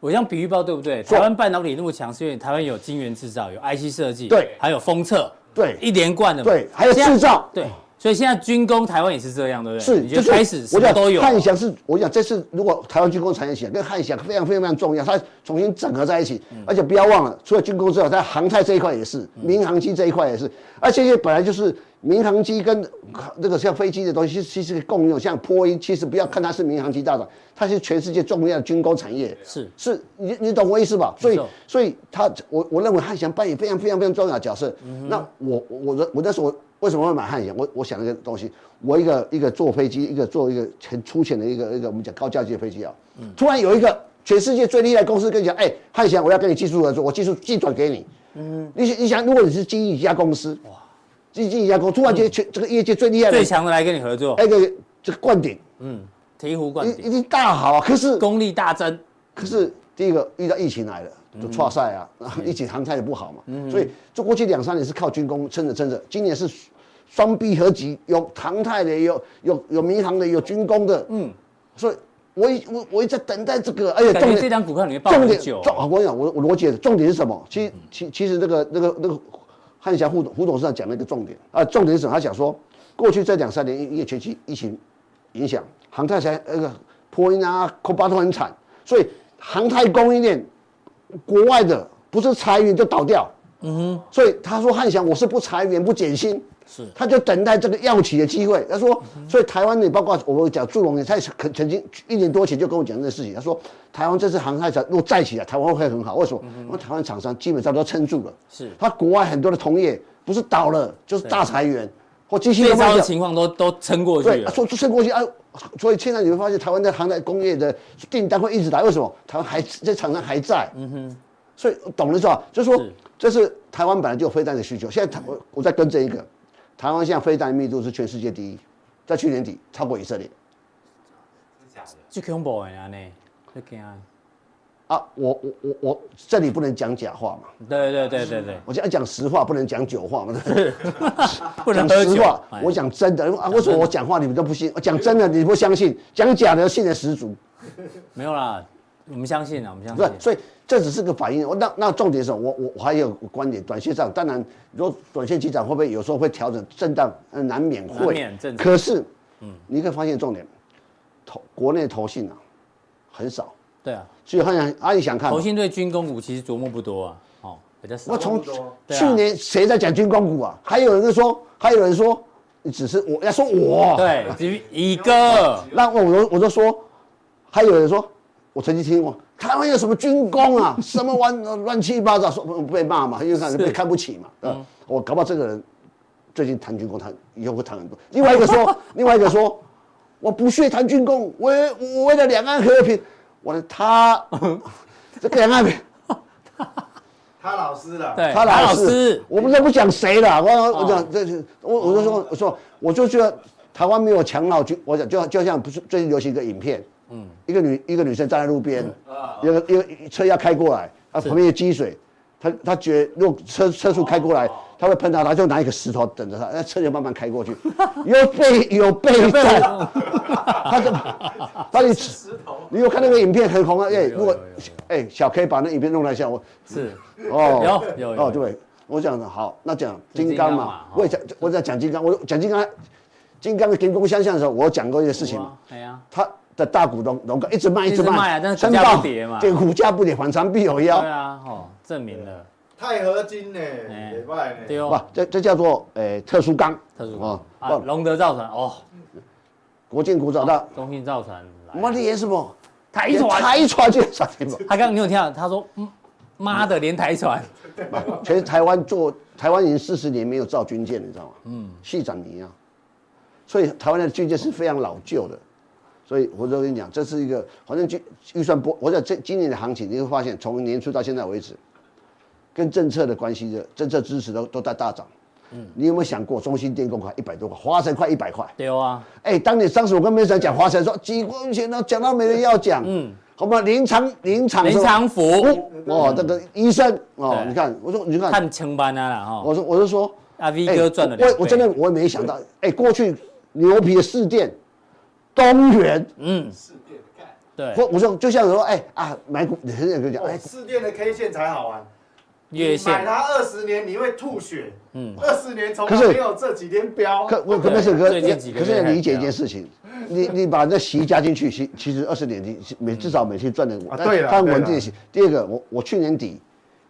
Speaker 2: 我这样比喻包对不对？
Speaker 3: 错
Speaker 2: 台湾半导体那么强，是因为台湾有晶圆制造，有 IC 设计，
Speaker 3: 对
Speaker 2: 还有封测，
Speaker 3: 对
Speaker 2: 一连贯的嘛，
Speaker 3: 对，还有
Speaker 2: 现在
Speaker 3: 制，造，
Speaker 2: 对，所以现在军工台湾也是这样，对不对？
Speaker 3: 是
Speaker 2: 你就
Speaker 3: 就是
Speaker 2: 开始什
Speaker 3: 我
Speaker 2: 么
Speaker 3: 讲
Speaker 2: 都有，
Speaker 3: 汉翔是，我讲这次如果台湾军工产业起来，跟汉翔非常非常非常重要，它重新整合在一起，
Speaker 2: 嗯
Speaker 3: 而且不要忘了，除了军工之外，在航太这一块也是，民航机这一块也是，而且这些本来就是民航机跟这个像飞机的东西，其实是共用，像波音，其实不要看它是民航机大厂，它是全世界重要的军工产业。
Speaker 2: 是
Speaker 3: 是，你你懂我意思吧？所以
Speaker 2: 没错嗯
Speaker 3: 所以他我我认为汉翔扮演非常非常非常重要的角色。那我我我我那时候我为什么会买汉阳？我我想一个东西，我一个一个坐飞机，一个坐一个很粗浅的一个一个我们讲高价级的飞机啊，
Speaker 2: 嗯
Speaker 3: 突然有一个全世界最厉害的公司跟你讲，哎、汉翔，我要跟你技术合作，我技术寄转给你。嗯，你你想，如果你是经营一家公司，哇，经营一家公司，突然间全、这个业界最厉害
Speaker 2: 嗯
Speaker 3: 的
Speaker 2: 最强的来跟你合作，
Speaker 3: 那个这个灌顶，
Speaker 2: 嗯，醍醐灌
Speaker 3: 一一
Speaker 2: 顶，
Speaker 3: 定大好啊。可是
Speaker 2: 功力大增，
Speaker 3: 可是第一个遇到疫情来了，就错赛啊，然后疫情航太也不好嘛，所以这过去两三年是靠军工撑着撑着，今年是双臂合击，有航太的，有有有民航的，有军工的，嗯，所以我一我我一直在等待这个，而且
Speaker 2: 感
Speaker 3: 重
Speaker 2: 觉这
Speaker 3: 点
Speaker 2: 张股票你会爆
Speaker 3: 重
Speaker 2: 很
Speaker 3: 点
Speaker 2: 久
Speaker 3: 重，，我跟你讲，我我逻辑重点是什么？其其其实那个那个那个汉翔胡董胡董事长讲了一个重点啊，重点是什么？他讲说，过去这两三年因为全球疫情影响，航太才那个波音啊、空巴都很惨，所以航太供应链国外的不是裁员就倒掉。嗯哼，所以他说汉翔我是不裁员不减薪，
Speaker 2: 是
Speaker 3: 他就等待这个药企的机会。他说，所以台湾你包括我们讲祝融，他也是曾曾经一年多前就跟我讲这个事情。他说，台湾这次航太展如果再起来，台湾会很好。为什么？因为台湾厂商基本上都撑住了。
Speaker 2: 嗯是
Speaker 3: 他国外很多的同业不是倒了，就是大裁员或机器
Speaker 2: 最
Speaker 3: 人
Speaker 2: 糟的情况都都撑过去
Speaker 3: 对，
Speaker 2: 了，
Speaker 3: 说说撑过去啊，所以现在你会发现台湾的航太工业的订单会一直来，为什么？台湾还这厂商还在，嗯哼，所以懂了是吧？就是说
Speaker 2: 是
Speaker 3: 这是台湾本来就有飞弹的需求，现在台我我在跟这一个，台湾现在飞弹密度是全世界第一，在去年底超过以色列
Speaker 5: 真假的？
Speaker 2: 最恐怖的啊呢，最惊的，
Speaker 3: 啊！我我我我这里不能讲假话嘛，
Speaker 2: 对对对对对，
Speaker 3: 我现在讲实话不能讲
Speaker 2: <laughs>
Speaker 3: 酒话嘛，对不对？
Speaker 2: 不能
Speaker 3: 讲
Speaker 2: 喝
Speaker 3: 实
Speaker 2: 酒
Speaker 3: 话，，
Speaker 2: 哎
Speaker 3: 我讲真的啊，为什么我讲话你们都不信？我讲真的你不相信，讲假的信的十足。
Speaker 2: 哎没有啦，我们相信啊，我们相
Speaker 3: 对，
Speaker 2: 信，
Speaker 3: 所以这只是个反应。我那那重点是什么我我我还有个观点，短线上当然，如果短线起涨会不会有时候会调整震荡，呃难免会，
Speaker 2: 难免正常
Speaker 3: 可是，嗯，你可以发现重点，投国内投信啊很少，
Speaker 2: 对啊，
Speaker 3: 所以很想阿姨想看嘛
Speaker 2: 投，信对军工股其实琢磨不多啊，哦，比较少
Speaker 3: 我，从
Speaker 4: 差不多
Speaker 2: 对啊
Speaker 3: 去年谁在讲军工股啊？还有人说，还有人说，你只是我要说我，，
Speaker 2: 对，只有一个，
Speaker 3: 那我我我就说，还有人说，我曾经听过台湾有什么军工啊，什么玩乱七八糟，说不被骂嘛，因为看被看不起嘛。嗯，我搞不好这个人最近谈军工，谈以后会谈很多。另外一个说，另外一个说，我不屑谈军工，我我为了两岸和平，我的他这个两岸。
Speaker 4: 他老师了，
Speaker 2: 对，
Speaker 3: 他
Speaker 2: 唐
Speaker 3: 老师
Speaker 2: 哎师，，哦
Speaker 3: 我们都不讲谁了。我我讲这是我我就说我说我就觉得台湾没有强老军，我讲就就像不是最近流行一个影片，嗯，一个女一个女生站在路边，
Speaker 2: 嗯
Speaker 3: 有个有个车要开过来，啊旁边有积水，她她觉得如果车车速开过
Speaker 2: 哦
Speaker 3: 来，她会喷她，她就拿一个石头等着她，那车就慢慢
Speaker 2: <laughs>
Speaker 3: 开过去，有备有备战，
Speaker 2: 哦
Speaker 3: 她就把
Speaker 2: <laughs>
Speaker 3: 你
Speaker 5: 石头
Speaker 3: 你有看那个影片很红啊？哎，
Speaker 2: 有
Speaker 3: 如
Speaker 2: 有
Speaker 3: 果
Speaker 2: 有
Speaker 3: 哎小 K 把那影片弄来一下我。
Speaker 2: 是
Speaker 3: 哦，
Speaker 2: 有有有
Speaker 3: 哦，对，我讲的好，那讲
Speaker 2: 是金
Speaker 3: 金刚
Speaker 2: 刚嘛
Speaker 3: 嘛，我也讲，我在讲金刚，我讲金刚，金刚跟工相像的时候，我有讲过一个事情
Speaker 2: 有
Speaker 3: 嘛
Speaker 2: 啊，，哎呀，
Speaker 3: 他的大股东龙哥一直卖
Speaker 2: 一直
Speaker 3: 卖，
Speaker 2: 卖啊但是
Speaker 3: 撑
Speaker 2: 股价
Speaker 3: 爆
Speaker 2: 不跌嘛
Speaker 3: 对，股价不跌，反常必有
Speaker 2: 对
Speaker 3: 妖，
Speaker 2: 啊，哦，证明了，
Speaker 4: 钛合金呢，
Speaker 2: 哎
Speaker 4: 礼拜呢，
Speaker 2: 对
Speaker 3: 哇
Speaker 2: 哦，，
Speaker 3: 这这叫做诶特殊钢，
Speaker 2: 特殊
Speaker 3: 哦
Speaker 2: 啊，
Speaker 3: 哇
Speaker 2: 龙德造船哦，
Speaker 3: 国建股找到，
Speaker 2: 中信造船
Speaker 3: 我
Speaker 2: 来，
Speaker 3: 连什么
Speaker 2: 台船，
Speaker 3: 台船就啥地方，
Speaker 2: 他刚刚你有听到他说，嗯妈的，连台船，
Speaker 3: 全台湾做台湾已经四十年没有造军舰，你知道吗？嗯，系长你啊，所以台湾的军舰是非常老旧的，所以我就跟你讲，这是一个反正军预算拨，我讲这今年的行情，你会发现从年初到现在为止，跟政策的关系的政策支持都都在大涨。嗯，你有没有想过中心电工快一百多块，华晨快一百块？
Speaker 2: 对啊，
Speaker 3: 哎、当年当时我跟梅长讲华晨说几块钱呢，讲到没人要讲。嗯，好吧，林长林长
Speaker 2: 林长福
Speaker 3: 哦，这个医生哦，
Speaker 2: 对
Speaker 3: 你看，我说你看，
Speaker 2: 看撑班啊啦，哈，
Speaker 3: 我说我是说，
Speaker 2: 阿 V
Speaker 3: 哎
Speaker 2: 哥赚了
Speaker 3: 我
Speaker 2: 两
Speaker 3: 我我真的
Speaker 2: 倍，
Speaker 3: 我也没想到，哎、过去牛皮的四店、东元，
Speaker 2: 嗯，
Speaker 5: 试电干，
Speaker 2: 对，
Speaker 3: 或我说就像说，哎、啊，买股， <laughs> 很多人跟我讲，
Speaker 4: 哦
Speaker 3: 哎、
Speaker 4: 四店的 K 线才好玩，
Speaker 2: 月
Speaker 4: 买
Speaker 2: 线，
Speaker 4: 它二十年你会吐血，嗯，二十年从
Speaker 3: 可
Speaker 4: 来
Speaker 3: 是
Speaker 4: 没有这几天飙，
Speaker 3: 可我可
Speaker 2: 对
Speaker 3: 不是哥，
Speaker 2: 最
Speaker 3: 你
Speaker 2: 近几个
Speaker 3: 可是
Speaker 2: 月
Speaker 3: 你
Speaker 2: 还
Speaker 3: 理解一
Speaker 2: 比
Speaker 3: 件
Speaker 2: 较
Speaker 3: 事情，你你把那息加进去，其其实二十年你每至少每天赚的，
Speaker 1: 啊
Speaker 3: 但
Speaker 1: 对啦
Speaker 3: 它很
Speaker 1: 对
Speaker 3: 稳
Speaker 1: 啦
Speaker 3: 定的息。第二个，我我去年底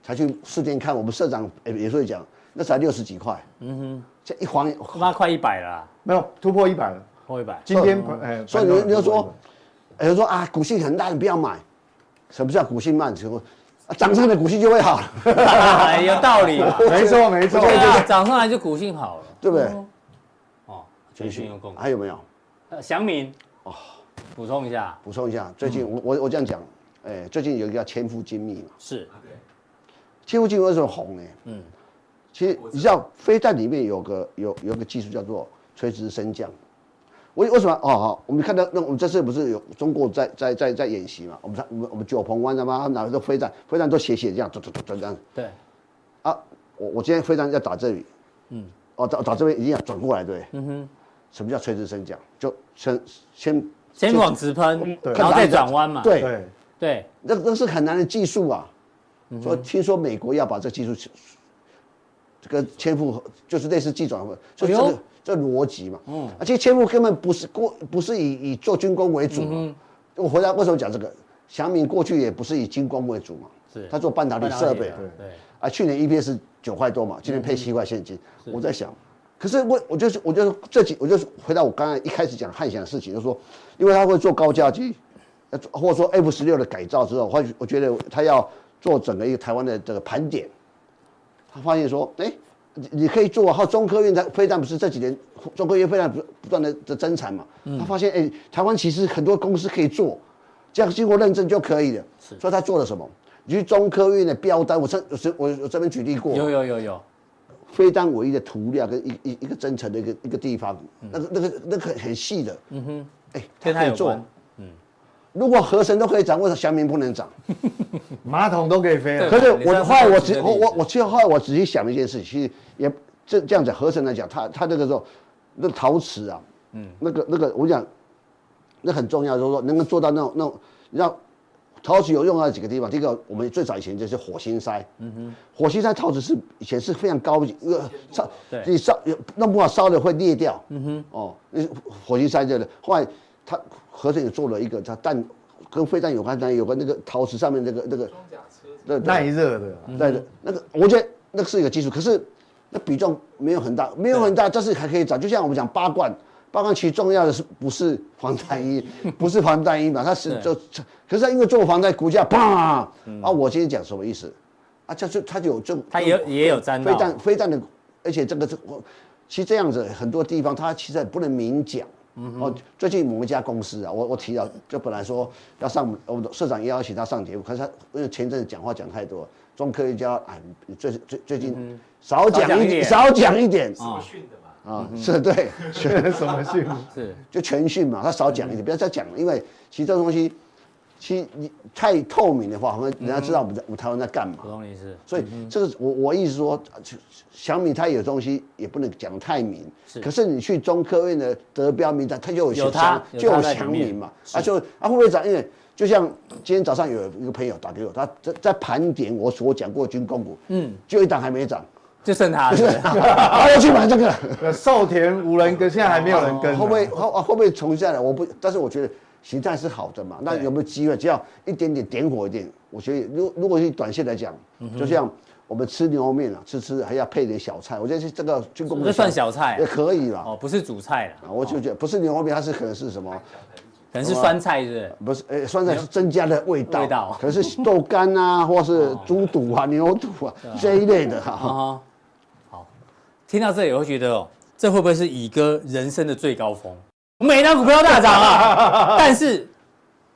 Speaker 3: 才去四店看，我们社长也也会讲，那才六十几块，嗯哼，这一晃，
Speaker 2: 妈快一百了啦，
Speaker 1: 没有突破一百了。
Speaker 2: 破一
Speaker 3: <laughs>
Speaker 2: 百，
Speaker 1: 今天盘哎，
Speaker 3: 嗯所以你
Speaker 1: 盘中
Speaker 3: 你就
Speaker 1: 突破
Speaker 3: 说，有人说啊，股性很烂，你不要买。什么叫股性慢？什么啊涨上来股市就会好了，
Speaker 2: 哎有道理
Speaker 3: <laughs>
Speaker 2: 啊，
Speaker 1: 没错没错
Speaker 2: 对，啊，涨上来就股性好了，
Speaker 3: 对不对？
Speaker 2: 哦，全讯有共鸣。
Speaker 3: 还有没有
Speaker 2: 呃祥明，哦，补充一下，
Speaker 3: 补充一下？最近我我我这样讲，哎，最近有一个叫千夫精密嘛，
Speaker 2: 是，
Speaker 3: 千夫精密为什么红呢？
Speaker 2: 嗯，
Speaker 3: 其实你知道，飞弹里面有个有有个技术叫做垂直升降。为为什么？哦好，我们看到那我们这次不是有中国在在在在演习嘛？我们看我们我们九鹏湾的嘛，他们拿的飞弹，飞弹都斜斜这样，走走走走这样。
Speaker 2: 对，
Speaker 3: 啊，我我今天飞弹要打这里，嗯，哦打打这边一定要转过来，对，嗯哼。什么叫垂直升降？就先先
Speaker 2: 先往直喷，
Speaker 3: 看
Speaker 2: 然后
Speaker 3: 哪
Speaker 2: 再
Speaker 3: 里
Speaker 2: 转弯嘛。
Speaker 3: 对，
Speaker 1: 对，
Speaker 2: 对，
Speaker 3: 那那是很难的技术啊。说听说美国要把这技术，这个千富就是类似技转，就
Speaker 2: 哎
Speaker 3: 这
Speaker 2: 呦
Speaker 3: 个这逻辑嘛。嗯，而且千富根本不是过，不是以以做军工为主嘛。我回来为什么讲这个？祥敏过去也不是以军工为主嘛，
Speaker 2: 是
Speaker 3: 他做半导体嗯设
Speaker 2: 半
Speaker 3: 备
Speaker 2: 导体的。对，
Speaker 3: 啊，去年 EPS 九块多嘛，今年配七块现金，我在想，可是我我就是我就是这几我就是回到我刚才一开始讲汉翔的事情，就是说，因为他会做高价机，呃或者说 F 十六的改造之后，或许我觉得他要做整个一个台湾的这个盘点，他发现说，哎、你你可以做啊，还有中科院的飞弹不是这几年中科院飞弹不不断的的增产嘛？他发现哎、台湾其实很多公司可以做，这样经过认证就可以了。所以他做了什么？你去中科院的标单，我这我这我我这边举例过，
Speaker 2: 有有有有，
Speaker 3: 非单唯一的涂料跟一一一个真诚的一个一个地方，那个那个那个很细的，嗯哼，哎、
Speaker 2: 跟他
Speaker 3: 他可以
Speaker 2: 有
Speaker 3: 做
Speaker 2: 关。。
Speaker 3: 如果合成都可以涨，为什么祥明不能涨？
Speaker 1: 马桶都可以飞了
Speaker 2: 对
Speaker 3: 可是
Speaker 2: 你
Speaker 3: 我
Speaker 2: 上次
Speaker 3: 后来我
Speaker 2: 举
Speaker 3: 仔
Speaker 2: 的
Speaker 3: 我
Speaker 2: 例
Speaker 3: 我
Speaker 2: 子
Speaker 3: 我其实后来我仔细想了一件事，其实也这这样子，合成来讲，它它这个时候那陶瓷啊，嗯，那个那个我讲那很重要，就是说能够做到那种那种，你知道陶瓷有用到几个地方，第一个我们最早以前就是火星塞，嗯哼，火星塞陶瓷是以前是非常高级，呃，烧
Speaker 2: 对
Speaker 3: 你烧弄不好啊烧了会裂掉，嗯哼，哦，那火星塞这个，后来他合成也做了一个，它弹跟飞弹有关，但有关那个陶瓷上面那个那个。
Speaker 5: 装甲车子
Speaker 3: 那个
Speaker 1: 耐热的，啊
Speaker 3: <laughs> 对
Speaker 2: 嗯
Speaker 3: 的，那个我觉得那个是一个基础，可是那比重没有很大，没有很大，但是还可以涨。就像我们讲八冠，八冠其实重要的是不是防
Speaker 2: <laughs>
Speaker 3: 弹衣，不是防弹衣嘛，它是
Speaker 2: 对嗯
Speaker 3: 就，可是它因为做防弹，股价啪啊！我今天讲什么意思？啊，它就它就有这，
Speaker 2: 他也有也有沾
Speaker 3: 非
Speaker 2: 到，
Speaker 3: 常非常的，而且这个这我其实这样子很多地方它其实也不能明讲。哦，最近某一家公司啊，我我提到，就本来说要上我们的社长也要请他上节目，可是他因为前阵子讲话讲太多，中科一家哎，最最最近少讲一点，嗯少讲一点
Speaker 5: 这么训的嘛？
Speaker 3: 啊，是对，
Speaker 1: 什么幸福？
Speaker 2: 是
Speaker 3: 就全讯嘛，他少讲一点，不要再讲了，因为其实这东西，其实你太透明的话，我们人家知道我们在我们台湾在干嘛
Speaker 2: 普。通意思，
Speaker 3: 所以这个我我意思说，呃就小米它有东西也不能讲太明，
Speaker 2: 是
Speaker 3: 可是你去中科院的德标名单，它就有
Speaker 2: 有它
Speaker 3: 详
Speaker 2: 有
Speaker 3: 就
Speaker 2: 它
Speaker 3: 有
Speaker 2: 在里
Speaker 3: 详
Speaker 2: 面
Speaker 3: 明嘛，啊就啊会不会涨？因为就像今天早上有一个朋友打给我，他在在盘点我所讲过的军工股，嗯，就一档还没涨， <laughs>
Speaker 2: 就剩他了。
Speaker 3: 他要去买这个，
Speaker 1: 那寿田无人跟，现啊在还没有人
Speaker 2: 啊
Speaker 1: 跟呢。
Speaker 3: 会不会会会不会哦重下来？我不，但是我觉得形态是好的嘛。那
Speaker 2: 对
Speaker 3: 有没有机会？只要一点点点火一点，我觉得如如果是短线来讲，
Speaker 2: 嗯
Speaker 3: 就像我们吃牛肉面啊，吃吃还要配点小菜，我觉得是这个军工
Speaker 2: 这算小菜啊
Speaker 3: 也可以啦。
Speaker 2: 哦，不是主菜了，
Speaker 3: 啊，我就觉得不是牛肉面，它是可能是什么？
Speaker 2: 可能
Speaker 3: 啊
Speaker 2: 是酸菜，是不是？
Speaker 3: 不是，呃，酸菜是增加的味道，
Speaker 2: 味道
Speaker 3: 可能是豆干啊，或是猪肚啊、牛肚啊这一类的
Speaker 2: 哦啊
Speaker 3: 哈。
Speaker 1: 哦
Speaker 2: 哈，好，听到这里我会觉得哦，这会不会是乙哥人生的最高峰？每单股票大涨
Speaker 1: <laughs>
Speaker 2: 啊，但是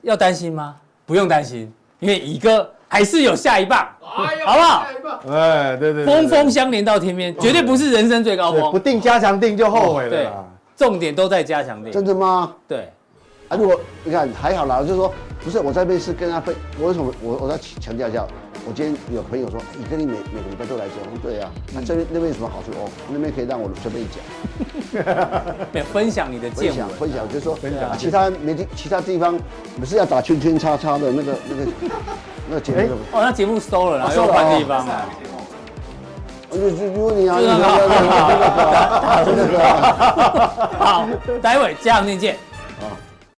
Speaker 2: 要担心吗？不用担心，因为乙哥还是有下一棒，
Speaker 5: 哎呀，
Speaker 2: 好不好
Speaker 5: 下一棒？
Speaker 1: 哎，对对，对
Speaker 2: 峰峰
Speaker 1: 对
Speaker 2: 相连到天边，绝对不是人生最高
Speaker 1: 对不啊
Speaker 2: 峰。
Speaker 1: 定加强定就后悔了
Speaker 2: 对
Speaker 1: 啦。，
Speaker 2: 重点都在加强
Speaker 3: 真
Speaker 2: 力。
Speaker 3: 的吗？
Speaker 2: 对，
Speaker 3: 啊，如果你看还好啦，就是说不是我在那是跟他分，我为什么我我再强调一下，我今天有朋友说，你跟你每每个礼拜都来讲，我说对啊，那、这边那边有什么好处哦？那边可以让我随便讲，
Speaker 2: 没有分享你的
Speaker 3: 分
Speaker 2: 见
Speaker 3: 享
Speaker 2: 闻。
Speaker 3: 分享，就是说
Speaker 1: 分享
Speaker 3: 啊其他没地其他地方不是要打圈圈叉叉的那个那个那个节目，
Speaker 2: 哦，那节目收了啦，
Speaker 3: 收
Speaker 2: 又
Speaker 3: 了
Speaker 2: 换
Speaker 3: 哦
Speaker 2: 地方了。
Speaker 3: 我就就就问你啊，
Speaker 2: 是
Speaker 3: 你
Speaker 2: 啊
Speaker 3: 那个那个那个那个。
Speaker 2: 好，待会加强力见。